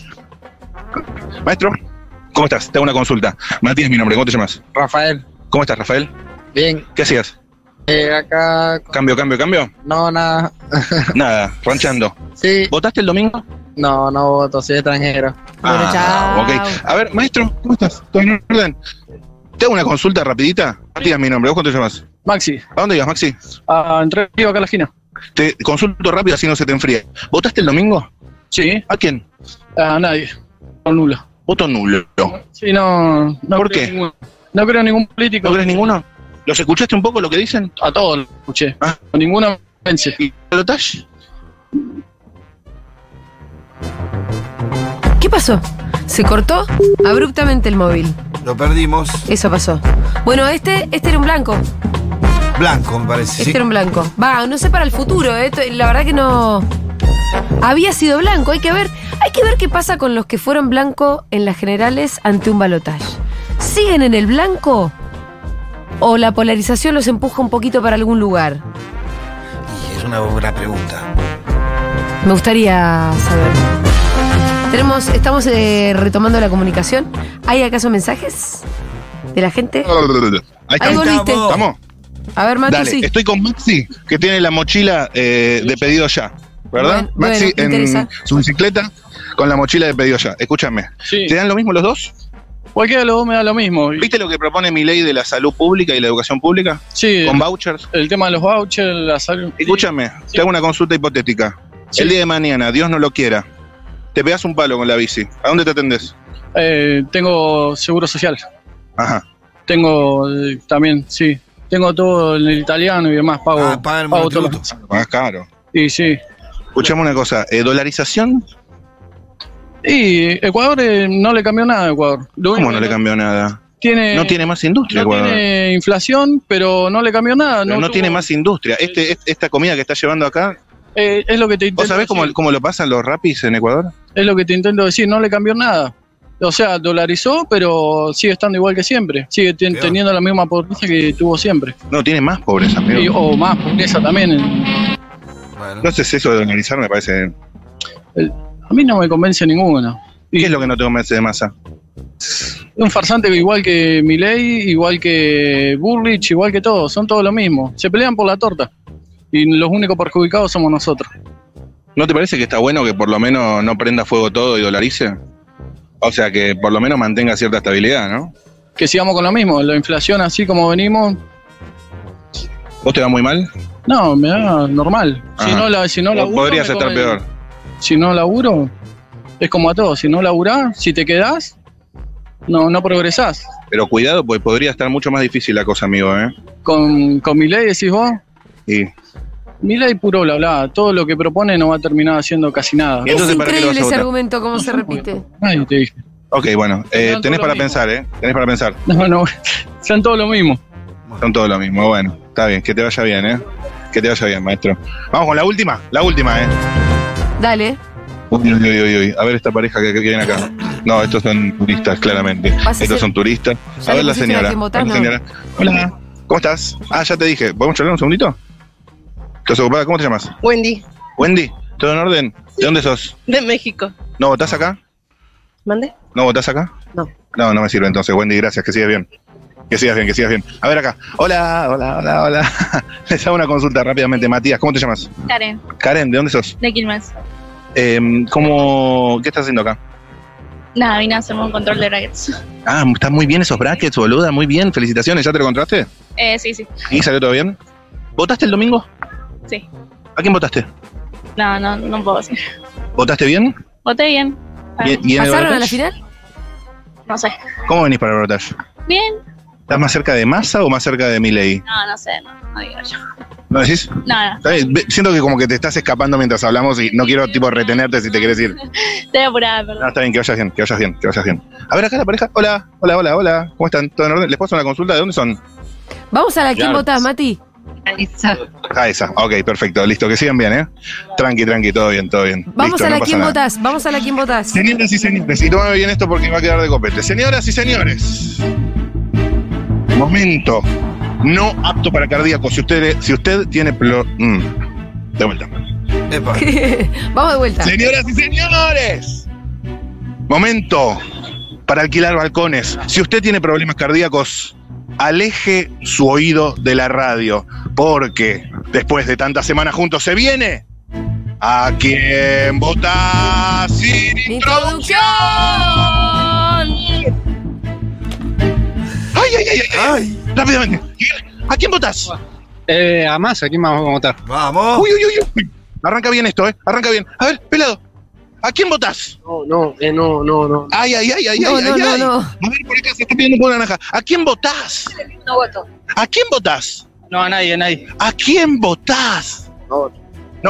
Speaker 9: Maestro, ¿cómo estás? Te hago una consulta. Mati es mi nombre, ¿cómo te llamas?
Speaker 21: Rafael,
Speaker 9: ¿Cómo estás, Rafael?
Speaker 21: bien.
Speaker 9: ¿Qué hacías?
Speaker 21: Eh, acá,
Speaker 9: ¿Cambio, cambio, cambio?
Speaker 21: no, nada. (laughs)
Speaker 9: Nada, ranchando.
Speaker 21: Sí.
Speaker 9: ¿Votaste el domingo?
Speaker 21: No, no voto, soy extranjero.
Speaker 9: Ah, ok. A ver, maestro, ¿cómo estás? ¿Todo en orden? Te hago una consulta rapidita. Mati es mi nombre, ¿vos cuánto te llamas?
Speaker 21: Maxi,
Speaker 9: ¿A dónde ibas, Maxi?
Speaker 21: ah, entre Río, acá en la esquina.
Speaker 9: Te consulto rápido así no se te enfría. ¿Votaste el domingo?
Speaker 21: Sí.
Speaker 9: ¿A quién?
Speaker 21: A nadie, no nulo.
Speaker 9: Voto nulo.
Speaker 21: Sí, no. no creo
Speaker 9: ¿Por qué?
Speaker 21: ninguno. No creo en ningún político.
Speaker 9: ¿No crees ninguno? ¿Los escuchaste un poco lo que dicen? Ah.
Speaker 21: A todos los escuché. Ninguno me convence.
Speaker 9: ¿Y pelotaje?
Speaker 1: ¿Qué pasó? Se cortó abruptamente el móvil.
Speaker 2: Lo perdimos.
Speaker 1: Eso pasó. Bueno, este, este era un blanco.
Speaker 2: Blanco, me parece.
Speaker 1: Este
Speaker 2: sí.
Speaker 1: era un blanco. Va, no sé para el futuro, ¿eh? To- La verdad que no. Había sido blanco. Hay que ver. Hay que ver qué pasa con los que fueron blanco en las generales ante un balotaje. ¿Siguen en el blanco? ¿O la polarización los empuja un poquito para algún lugar?
Speaker 2: Es una buena pregunta.
Speaker 1: Me gustaría saber. Tenemos, estamos eh, retomando la comunicación. ¿Hay acaso mensajes de la gente?
Speaker 9: Ahí
Speaker 1: Ahí
Speaker 9: estamos.
Speaker 1: volviste.
Speaker 9: ¿Estamos?
Speaker 1: A ver, Matu,
Speaker 9: Dale,
Speaker 1: sí.
Speaker 9: estoy con Maxi, que tiene la mochila eh, de pedido ya,
Speaker 1: Bueno,
Speaker 9: ¿verdad?
Speaker 1: bueno,
Speaker 9: Maxi
Speaker 1: me interesa.
Speaker 9: en su bicicleta con la mochila de pedido ya. Escúchame, ¿te dan lo mismo los dos?
Speaker 21: Cualquiera de los dos me da lo mismo.
Speaker 9: ¿Viste lo que propone mi ley de la salud pública y la educación pública?
Speaker 21: Sí.
Speaker 9: Con vouchers.
Speaker 21: El tema de los vouchers, la salud.
Speaker 9: Escúchame, te hago una consulta hipotética.
Speaker 21: Sí.
Speaker 9: El día de mañana, Dios no lo quiera, te pegas un palo con la bici. ¿A dónde te atendés?
Speaker 21: Eh, tengo seguro social.
Speaker 9: Ajá.
Speaker 21: Tengo eh, también, sí. Tengo todo en el italiano y demás. Pago, pago todo.
Speaker 9: Más caro.
Speaker 21: Y sí.
Speaker 9: Escuchame una cosa, eh, ¿dolarización?
Speaker 21: Y Ecuador eh, no le cambió nada a Ecuador. Lo único
Speaker 9: ¿Cómo no
Speaker 21: que
Speaker 9: le cambió nada?
Speaker 21: Tiene,
Speaker 9: No tiene más industria,
Speaker 21: no
Speaker 9: Ecuador.
Speaker 21: tiene inflación, pero no le cambió nada.
Speaker 9: Pero no,
Speaker 21: tuvo-
Speaker 9: tiene más industria. Este, est- esta comida que está llevando acá,
Speaker 21: Eh, es lo que te
Speaker 9: ¿vos
Speaker 21: intento
Speaker 9: sabés cómo,
Speaker 21: decir.
Speaker 9: cómo lo pasan los rapis en Ecuador?
Speaker 21: Es lo que te intento decir, no le cambió nada. O sea, dolarizó, pero sigue estando igual que siempre. Sigue ten- teniendo la misma pobreza que tuvo siempre.
Speaker 9: No, tiene más pobreza, amigo.
Speaker 21: Y- o más pobreza también.
Speaker 9: No sé, eso de organizar me parece...
Speaker 21: A mí no me convence ninguno.
Speaker 9: ¿Qué es lo que no te convence de masa?
Speaker 21: Un farsante igual que Milei, igual que Burrich, igual que todos, son todos lo mismo. Se pelean por la torta. Y los únicos perjudicados somos nosotros.
Speaker 9: ¿No te parece que está bueno que por lo menos no prenda fuego todo y dolarice? O sea, que por lo menos mantenga cierta estabilidad, ¿no?
Speaker 21: Que sigamos con lo mismo, la inflación así como venimos,
Speaker 9: ¿Vos te va muy mal?
Speaker 21: no, me da normal. Si
Speaker 9: Ajá.
Speaker 21: no, la, si no
Speaker 9: O
Speaker 21: laburo,
Speaker 9: podrías
Speaker 21: me
Speaker 9: estar
Speaker 21: comen-
Speaker 9: peor.
Speaker 21: Si no laburo, es como a todos. Si no laburás, si te quedás, no, no progresás.
Speaker 9: Pero cuidado, pues podría estar mucho más difícil la cosa, amigo, ¿eh?
Speaker 21: Con, con Milei decís vos,
Speaker 9: Y,
Speaker 21: Milei puro bla bla, todo lo que propone no va a terminar haciendo casi nada.
Speaker 9: Y entonces, ¿para qué lo vas
Speaker 1: Increíble
Speaker 9: a
Speaker 1: ese
Speaker 9: votar?
Speaker 1: argumento, cómo se repite.
Speaker 21: Ay, te dije.
Speaker 9: ok, bueno, eh,
Speaker 21: todo
Speaker 9: tenés
Speaker 21: lo
Speaker 9: para
Speaker 21: mismo.
Speaker 9: pensar, ¿eh? Tenés para pensar.
Speaker 21: No, no, son todos lo mismo.
Speaker 9: Son todos lo mismo. Bueno, está bien, que te vaya bien, ¿eh? Que te vaya bien, maestro. Vamos con la última, la última, ¿eh?
Speaker 1: Dale,
Speaker 9: Uy, uy, uy, uy, uy. A ver esta pareja que, que viene acá. No, estos son turistas, claramente.
Speaker 1: Vas a
Speaker 9: Estos
Speaker 1: ser-
Speaker 9: son turistas.
Speaker 1: Ya
Speaker 9: A
Speaker 1: le
Speaker 9: ver la
Speaker 1: pusiste la
Speaker 9: señora.
Speaker 1: que votás,
Speaker 9: A ver,
Speaker 1: ¿no?
Speaker 9: señora. Hola. ¿Cómo estás? Ah, ya te dije. ¿Podemos charlar un segundito? ¿Estás ocupada? ¿Cómo te llamas?
Speaker 22: Wendy,
Speaker 9: Wendy, ¿todo en orden? ¿De dónde sos?
Speaker 22: de México.
Speaker 9: ¿No votás acá?
Speaker 22: ¿Mande?
Speaker 9: ¿No votás acá?
Speaker 22: No.
Speaker 9: No, no me sirve entonces, Wendy, gracias, que sigas bien. Que sigas bien, que sigas bien. A ver acá. Hola, hola, hola, hola. (laughs) Les hago una consulta rápidamente, Matías. ¿Cómo te llamas?
Speaker 23: Karen,
Speaker 9: Karen, ¿de dónde sos?
Speaker 23: de Quilmes.
Speaker 9: Em, ¿Cómo. ¿Qué estás haciendo acá?
Speaker 23: Nada, vine a hacerme un control de brackets.
Speaker 9: Ah, están muy bien esos brackets, boluda, muy bien. Felicitaciones, ¿ya te lo encontraste?
Speaker 23: (laughs) Eh, sí, sí.
Speaker 9: ¿Y salió todo bien? ¿Votaste el domingo?
Speaker 23: Sí.
Speaker 9: ¿A quién votaste?
Speaker 23: No, no, no puedo decir.
Speaker 9: ¿Votaste bien?
Speaker 23: Voté bien.
Speaker 9: Bien, ¿y en el
Speaker 23: ¿Pasaron
Speaker 9: balotaje?
Speaker 23: a la final? No sé.
Speaker 9: ¿Cómo venís para el balotaje?
Speaker 23: Bien.
Speaker 9: ¿Estás más cerca de Massa o más cerca de Milei?
Speaker 23: No, no sé, no, no digo yo.
Speaker 9: ¿No decís?
Speaker 23: Nada,
Speaker 9: Está bien, ve- Siento que como que te estás escapando mientras hablamos y no quiero tipo retenerte si te quieres ir.
Speaker 23: estoy apurada, perdón.
Speaker 9: No, está bien, que vayas bien, que vayas bien, que vayas bien. A ver acá la pareja. Hola, hola, hola, hola. ¿Cómo están? ¿Todo en orden? ¿Les puedo hacer una consulta? ¿De dónde son?
Speaker 1: Vamos a la quién
Speaker 9: Claro.
Speaker 1: votás, Mati.
Speaker 9: Ah, esa. Ok, perfecto. Listo, que sigan bien, ¿eh? Tranqui, tranqui, todo bien, todo bien.
Speaker 1: Vamos
Speaker 9: Listo,
Speaker 1: a la
Speaker 9: no pasa
Speaker 1: quién
Speaker 9: nada.
Speaker 1: votás. Vamos a la quién votás.
Speaker 9: Señoras y señores, y tomame bien esto porque va a quedar de copete.
Speaker 3: (laughs)
Speaker 9: Señoras y señores, momento no apto para cardíaco. Si usted, si usted tiene. plo- mm, de vuelta.
Speaker 1: Vamos de vuelta.
Speaker 9: Señoras y señores. Momento para alquilar balcones. Si usted tiene problemas cardíacos, aleje su oído de la radio, porque después de tantas semanas juntos se viene a quien vota sin introducción. ¡Ay, ay, ay, ay! ay. Rápidamente. ¿A quién votás?
Speaker 11: Eh, a más, ¿a quién más vamos a votar?
Speaker 9: ¡Vamos! ¡Uy, uy, uy, uy! Arranca bien esto, ¿eh? Arranca bien. A ver, pelado. ¿A quién votás?
Speaker 3: No, no, eh, no, no, no.
Speaker 9: Ay, ay, ay, ay,
Speaker 3: No,
Speaker 9: ay,
Speaker 3: no,
Speaker 9: ay,
Speaker 3: no,
Speaker 9: ay.
Speaker 3: no.
Speaker 9: A ver, por acá se está pidiendo un poco de naranja. ¿A quién votás?
Speaker 3: No voto.
Speaker 9: ¿A quién votás?
Speaker 3: No, a nadie, a nadie.
Speaker 9: ¿A quién votás? No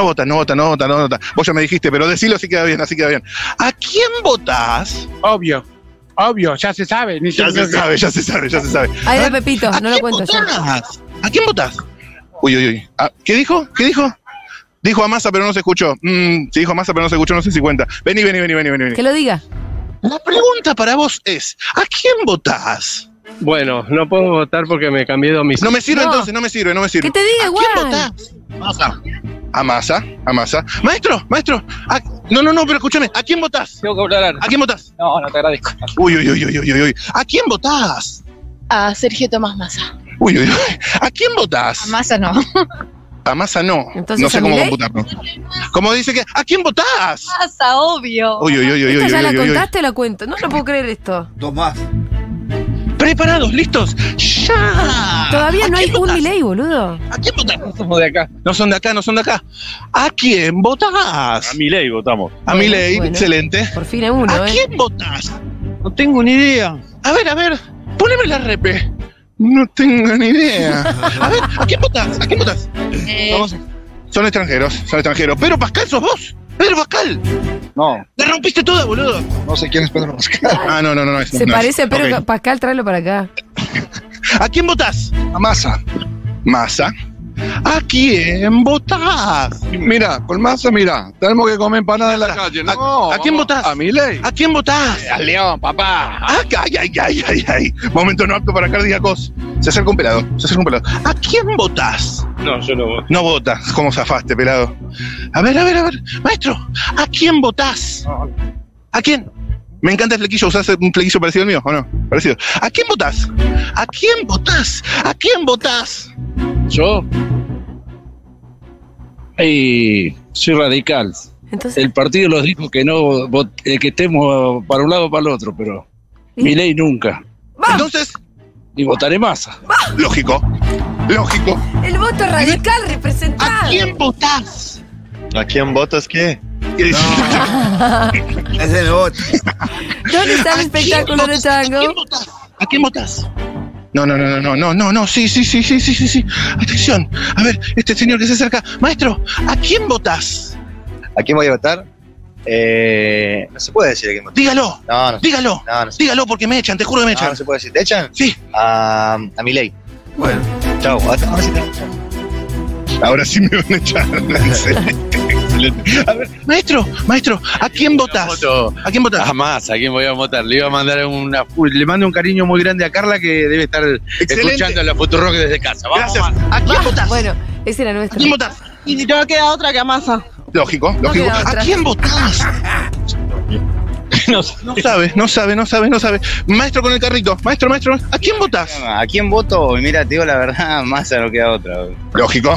Speaker 9: votas, no votas, no votas, no votas. Vos ya me dijiste, pero decilo así queda bien, así queda bien. ¿A quién votás?
Speaker 20: Obvio, obvio, ya se sabe. ni
Speaker 9: Ya se sabe, ya se sabe, ya se sabe.
Speaker 1: Ahí va Pepito, no lo cuento yo.
Speaker 9: votás? ¿A quién votás? Uy, uy, uy. Ah, ¿Qué dijo? ¿Qué dijo? Dijo a Massa, pero no se escuchó. Mm, sí, dijo a Massa, pero no se escuchó, no sé si cuenta. Vení, vení, vení, vení, vení. vení.
Speaker 1: Que lo diga.
Speaker 9: La pregunta para vos es, ¿a quién votás?
Speaker 3: Bueno, no puedo votar porque me cambié de domicilio.
Speaker 9: No me sirve entonces, no me sirve, no me sirve.
Speaker 1: Que te diga igual.
Speaker 9: Massa. A Massa, a Massa. Maestro, maestro. ¿a- No, no, no, pero escúchame, ¿a quién votás? ¿A quién votás?
Speaker 3: No, no te agradezco.
Speaker 9: Uy, uy, uy, uy, uy, uy, uy. ¿A quién votás?
Speaker 4: A Sergio Tomás Massa.
Speaker 9: Uy, uy, uy. ¿A quién votás?
Speaker 4: Massa no.
Speaker 9: A Massa no.
Speaker 4: Entonces,
Speaker 9: no sé
Speaker 4: ¿a
Speaker 9: cómo
Speaker 4: Milei?
Speaker 9: computarlo. Como dice que, ¿a quién votás?
Speaker 4: Massa, obvio.
Speaker 9: Uy, uy, uy, uy,
Speaker 1: ¿Esta
Speaker 9: uy,
Speaker 1: ya
Speaker 9: uy,
Speaker 1: la
Speaker 9: uy, uy.
Speaker 1: contaste o la cuento? No, no puedo creer esto.
Speaker 2: Dos más.
Speaker 9: ¿Preparados? ¿Listos? ¡Ya!
Speaker 1: Todavía no hay un Milei, boludo.
Speaker 9: ¿A quién votás? No somos de acá. No son de acá, no son de acá. ¿A quién votás?
Speaker 22: A mi ley votamos.
Speaker 9: A mi ley,
Speaker 1: Bueno,
Speaker 9: excelente.
Speaker 1: Por fin hay uno,
Speaker 9: ¿A
Speaker 1: ¿eh?
Speaker 9: quién votás? No tengo ni idea. A ver, a ver, poneme la repe. No tengo ni idea. (laughs) A ver, ¿a quién votás? ¿A quién votás? Vamos. Son extranjeros, son extranjeros. Pero Pascal, sos vos. Pedro Pascal. No. La rompiste toda, boludo. No sé quién es Pedro Pascal. Ah, no, no, no. no es-
Speaker 1: Se
Speaker 9: no es.
Speaker 1: parece, pero
Speaker 9: Ok.
Speaker 1: Pascal, tráelo para acá.
Speaker 9: ¿A quién votás? A Massa. Massa. ¿A quién votás?
Speaker 11: Mira, con masa, mira, tenemos que comer empanadas en la calle. No,
Speaker 9: ¿A quién
Speaker 11: vamos,
Speaker 9: votás?
Speaker 11: A mi ley.
Speaker 9: ¿A quién votás?
Speaker 11: Al león, papá.
Speaker 9: Ah, ay, ay, ay, ay, ay. Momento no apto para cardíacos. Se acerca un pelado, se acerca un pelado. ¿A quién votás?
Speaker 22: No, yo no voto.
Speaker 9: No votas, ¿cómo zafaste, pelado? A ver, a ver, a ver. Maestro, ¿a quién votás? ¿A quién? Me encanta el flequillo, ¿usás un flequillo parecido al mío o no? Parecido. ¿A quién votás? ¿A quién votás? ¿A quién votás?
Speaker 11: Yo. Y soy radical. el partido los dijo que no vot- eh, que estemos para un lado o para el otro, pero mi ley nunca.
Speaker 9: Entonces.
Speaker 11: Y votaré masa.
Speaker 9: Lógico. Lógico.
Speaker 1: El voto radical representado. ¿A quién
Speaker 9: votás?
Speaker 22: ¿A quién votas qué?
Speaker 1: (laughs)
Speaker 2: Es el bot.
Speaker 1: ¿Dónde está el espectáculo de tango?
Speaker 9: ¿A quién votás? No, no, no, no, no, no, no, no, sí, sí, sí, sí, sí, sí, sí. Atención. A ver, este señor que se acerca. Maestro, ¿a quién votás?
Speaker 24: ¿A quién voy a votar? Eh, no se puede decir a quién votar.
Speaker 9: Dígalo.
Speaker 24: No, no se-
Speaker 9: Dígalo.
Speaker 24: No, no se-
Speaker 9: Dígalo porque me echan, te juro que me
Speaker 11: Ah,
Speaker 24: No,
Speaker 9: echan.
Speaker 24: no se puede decir. ¿Te echan?
Speaker 9: Sí.
Speaker 24: A, a mi ley.
Speaker 2: Bueno.
Speaker 24: Chau.
Speaker 11: Ah,
Speaker 24: Ahora sí te-
Speaker 9: Ahora sí me van a (laughs) echar. Excelente, excelente. A ver, maestro, maestro, ¿a quién votás? ¿A quién votás?
Speaker 22: Jamás, ¿a quién voy a votar? Le iba a mandar una. uy, le mando un cariño muy grande a Carla que debe estar
Speaker 9: Excelente.
Speaker 22: escuchando la Futurock desde casa. Vamos,
Speaker 9: Gracias.
Speaker 22: Massa.
Speaker 9: ¿A quién votás?
Speaker 1: Bueno, ese era nuestro.
Speaker 9: quién votás?
Speaker 13: Y no queda otra que a masa.
Speaker 9: Lógico,
Speaker 1: No
Speaker 9: lógico.
Speaker 1: queda
Speaker 9: ¿A
Speaker 1: otra.
Speaker 9: quién votás? No, sabe, no sabe, no sabe, no sabe. Maestro con el carrito, maestro, maestro, ¿a quién votás?
Speaker 24: ¿A quién voto? Y mira, te digo la
Speaker 11: (laughs)
Speaker 24: verdad, Massa no queda otra.
Speaker 9: Lógico.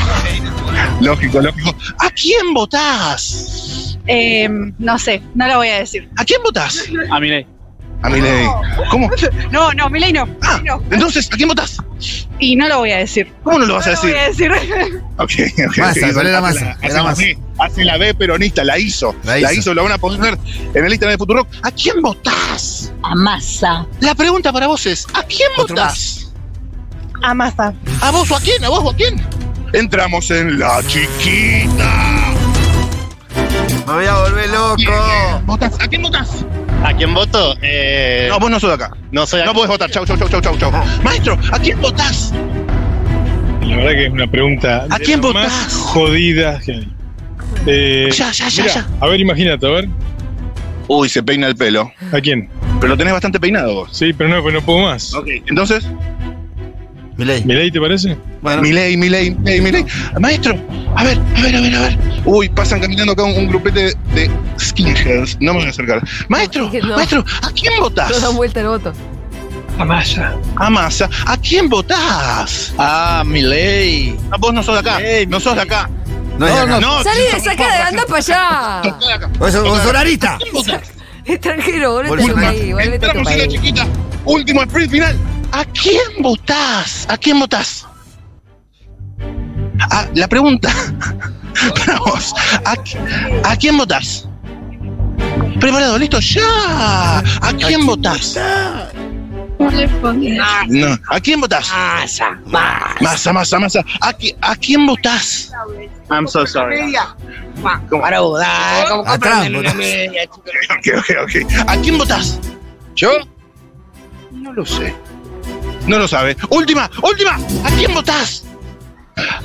Speaker 9: Lógico, lógico. ¿A quién votás?
Speaker 23: Eh, no sé, no lo voy a decir.
Speaker 9: ¿A quién votás?
Speaker 3: A mi ley.
Speaker 9: A mi ley. ¿Cómo? Ah,
Speaker 23: No, no, Milei no. Milei no.
Speaker 9: Entonces, ¿a quién votás?
Speaker 23: Y no lo voy a decir.
Speaker 9: ¿Cómo no lo vas a decir?
Speaker 23: voy a decir.
Speaker 9: Ok, ok.
Speaker 2: Massa,
Speaker 9: ok.
Speaker 2: ¿cuál era
Speaker 9: Hace
Speaker 2: Massa?
Speaker 9: hace
Speaker 2: Era Massa.
Speaker 9: B, hace la B peronista, la hizo. La
Speaker 2: La
Speaker 9: hizo,
Speaker 2: hizo.
Speaker 9: la, van a poner en el Instagram de Futurock. ¿A quién votás?
Speaker 3: A masa.
Speaker 9: La pregunta para vos es, ¿a quién votás?
Speaker 23: A masa.
Speaker 9: ¿A vos o a quién? ¿A vos o a quién? Entramos en la chiquita.
Speaker 2: Me voy a volver loco.
Speaker 9: ¿Votas? ¿A quién votas?
Speaker 24: ¿A quién voto? Eh,
Speaker 9: No, vos no sos de acá.
Speaker 24: no soy
Speaker 9: No podés votar. Chau, chau, chau, chau, chau, chau. Maestro, ¿a quién votás?
Speaker 5: La verdad que es una pregunta
Speaker 9: ¿A
Speaker 5: de
Speaker 9: quién
Speaker 5: las
Speaker 9: votás?
Speaker 5: más jodida. que hay. Eh,
Speaker 9: Ya, ya, ya,
Speaker 5: mirá,
Speaker 9: ya.
Speaker 5: A ver, imagínate, a ver.
Speaker 9: Uy, se peina el pelo.
Speaker 5: ¿A quién?
Speaker 9: Pero lo tenés bastante peinado vos.
Speaker 5: Sí, pero no, pues no puedo más.
Speaker 9: Ok, entonces.
Speaker 2: Milei.
Speaker 5: ¿Milei te parece?
Speaker 9: Milei, Milei, Milei, Milei. Maestro, a ver, a ver, a ver, a ver. Uy, pasan caminando acá un, un grupete de skinheads. No me voy a acercar. Maestro,
Speaker 1: No.
Speaker 9: maestro, ¿a quién
Speaker 1: No
Speaker 9: votás?
Speaker 1: dan vuelta el voto.
Speaker 9: A Massa. A Massa. ¿A quién votás?
Speaker 24: Ah, Milei.
Speaker 9: Ah, vos no sos de acá. no sos de acá.
Speaker 2: No es de acá.
Speaker 1: Salí de esa cara, anda para allá.
Speaker 2: Vos sos bolsonarista.
Speaker 1: Extranjero, volvete a tu
Speaker 9: Última.
Speaker 1: país, volvete a tu
Speaker 9: Entramos en la
Speaker 1: país.
Speaker 9: chiquita. Último sprint final. ¿A quién votás? ¿A quién votás? Ah, la pregunta (laughs) para vos. Ah, ¿A, qui- a quién votás? Preparado, listo, ya. ¿A quién votás? No. ¿A quién votás? Masa, masa, masa, masa. ¿A, qui- a quién votás?
Speaker 24: I'm so sorry.
Speaker 9: Para votar.
Speaker 2: A Trump. votás.
Speaker 9: Ok, ok, ok. Ah, ¿A quién votás?
Speaker 24: ¿Yo?
Speaker 9: No lo sé. No lo sabe. Última, última. ¿A quién votás?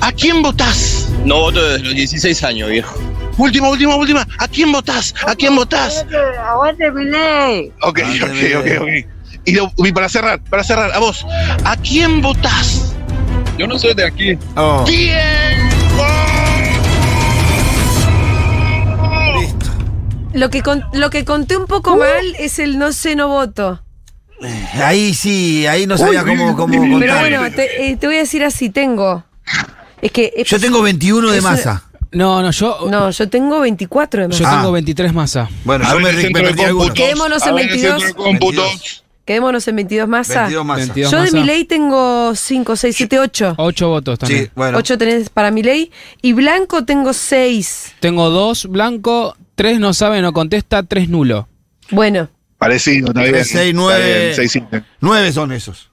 Speaker 9: ¿A quién votás?
Speaker 24: No voto desde los 16 años, viejo.
Speaker 9: Última, última, última. ¿A quién votás? ¿A quién votás?
Speaker 15: Aguante, Miley.
Speaker 9: Ok, ok, ok, ok. Y, lo- y para cerrar, para cerrar, a vos. ¿A quién votás?
Speaker 24: Yo no soy de aquí.
Speaker 2: Oh,
Speaker 9: ¡Tiempo!
Speaker 2: listo.
Speaker 1: Lo que, con- lo que conté un
Speaker 2: Uh.
Speaker 1: poco mal es el no sé, no voto.
Speaker 2: Ahí sí, ahí no sabía cómo, cómo
Speaker 1: Pero
Speaker 2: contar.
Speaker 1: bueno, te, eh, te voy a decir así, tengo. Es que. eh,
Speaker 2: Yo tengo 21 de
Speaker 1: Eso-
Speaker 2: masa.
Speaker 6: No, no, yo,
Speaker 1: No, yo tengo 24 de más.
Speaker 6: yo
Speaker 2: Ah.
Speaker 6: tengo 23 masa.
Speaker 2: Bueno, yo
Speaker 9: Abre
Speaker 2: me,
Speaker 9: el
Speaker 2: re- me
Speaker 9: centro de
Speaker 2: perdí algunos.
Speaker 9: cómputos.
Speaker 1: Quedémonos en
Speaker 9: Abre el centro de
Speaker 1: 22.
Speaker 9: cómputos.
Speaker 1: Quedémonos en 22 masa.
Speaker 2: 22 masa.
Speaker 6: 22
Speaker 1: Yo de
Speaker 6: masa.
Speaker 1: mi ley tengo 5, 6, 7, 8.
Speaker 6: 8 votos también.
Speaker 2: Sí, bueno.
Speaker 1: 8 tenés para mi ley. Y blanco tengo 6.
Speaker 6: Tengo 2 blanco, 3 no sabe, no contesta, 3 nulo.
Speaker 1: Bueno,
Speaker 9: Parecido, está bien.
Speaker 2: Seis,
Speaker 9: Está
Speaker 2: nueve.
Speaker 9: bien, seis, siete.
Speaker 2: 9 son esos.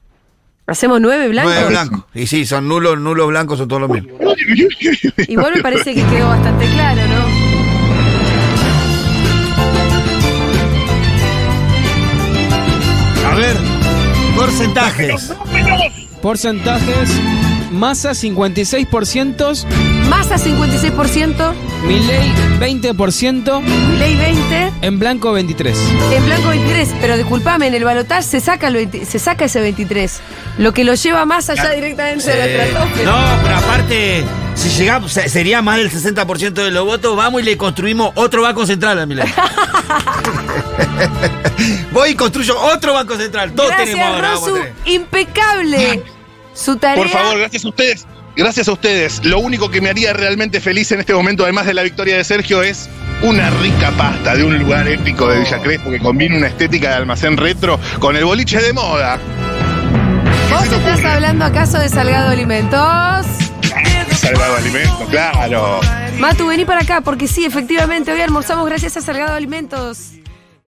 Speaker 1: hacemos 9 blancos.
Speaker 2: 9 blancos. Y sí, son nulos, nulos blancos, son todos los mismos.
Speaker 1: Igual me parece que quedó bastante claro, ¿no?
Speaker 2: A ver, porcentajes.
Speaker 6: Porcentajes: masa 56%,
Speaker 1: Masa 56%,
Speaker 6: Milei 20%,
Speaker 1: mi ley 20.
Speaker 6: en blanco 23.
Speaker 1: En blanco 23, pero disculpame, en el balotaje se saca el 20 se saca ese 23. Lo que lo lleva más allá directamente de la
Speaker 2: Eh,
Speaker 1: estratosfera.
Speaker 2: no, pero aparte, si llegamos, se- sería más del 60% de los votos, vamos y le construimos otro banco central
Speaker 1: (laughs)
Speaker 2: a Milán. Voy y construyo otro banco central. Todos tenemos
Speaker 1: Gracias,
Speaker 2: ahora. vamos a
Speaker 1: Rosu.
Speaker 2: tener.
Speaker 1: Impecable. Su tarea.
Speaker 9: Por favor, gracias a ustedes. Gracias a ustedes. Lo único que me haría realmente feliz en este momento, además de la victoria de Sergio, es una rica pasta de un lugar épico de Villa Crespo que combina una estética de almacén retro con el boliche de moda.
Speaker 1: Vos estás hablando acaso de Salgado Alimentos.
Speaker 9: Salvado alimento, claro.
Speaker 1: Matu, vení para acá, porque sí, efectivamente, hoy almorzamos gracias a Salgado Alimentos.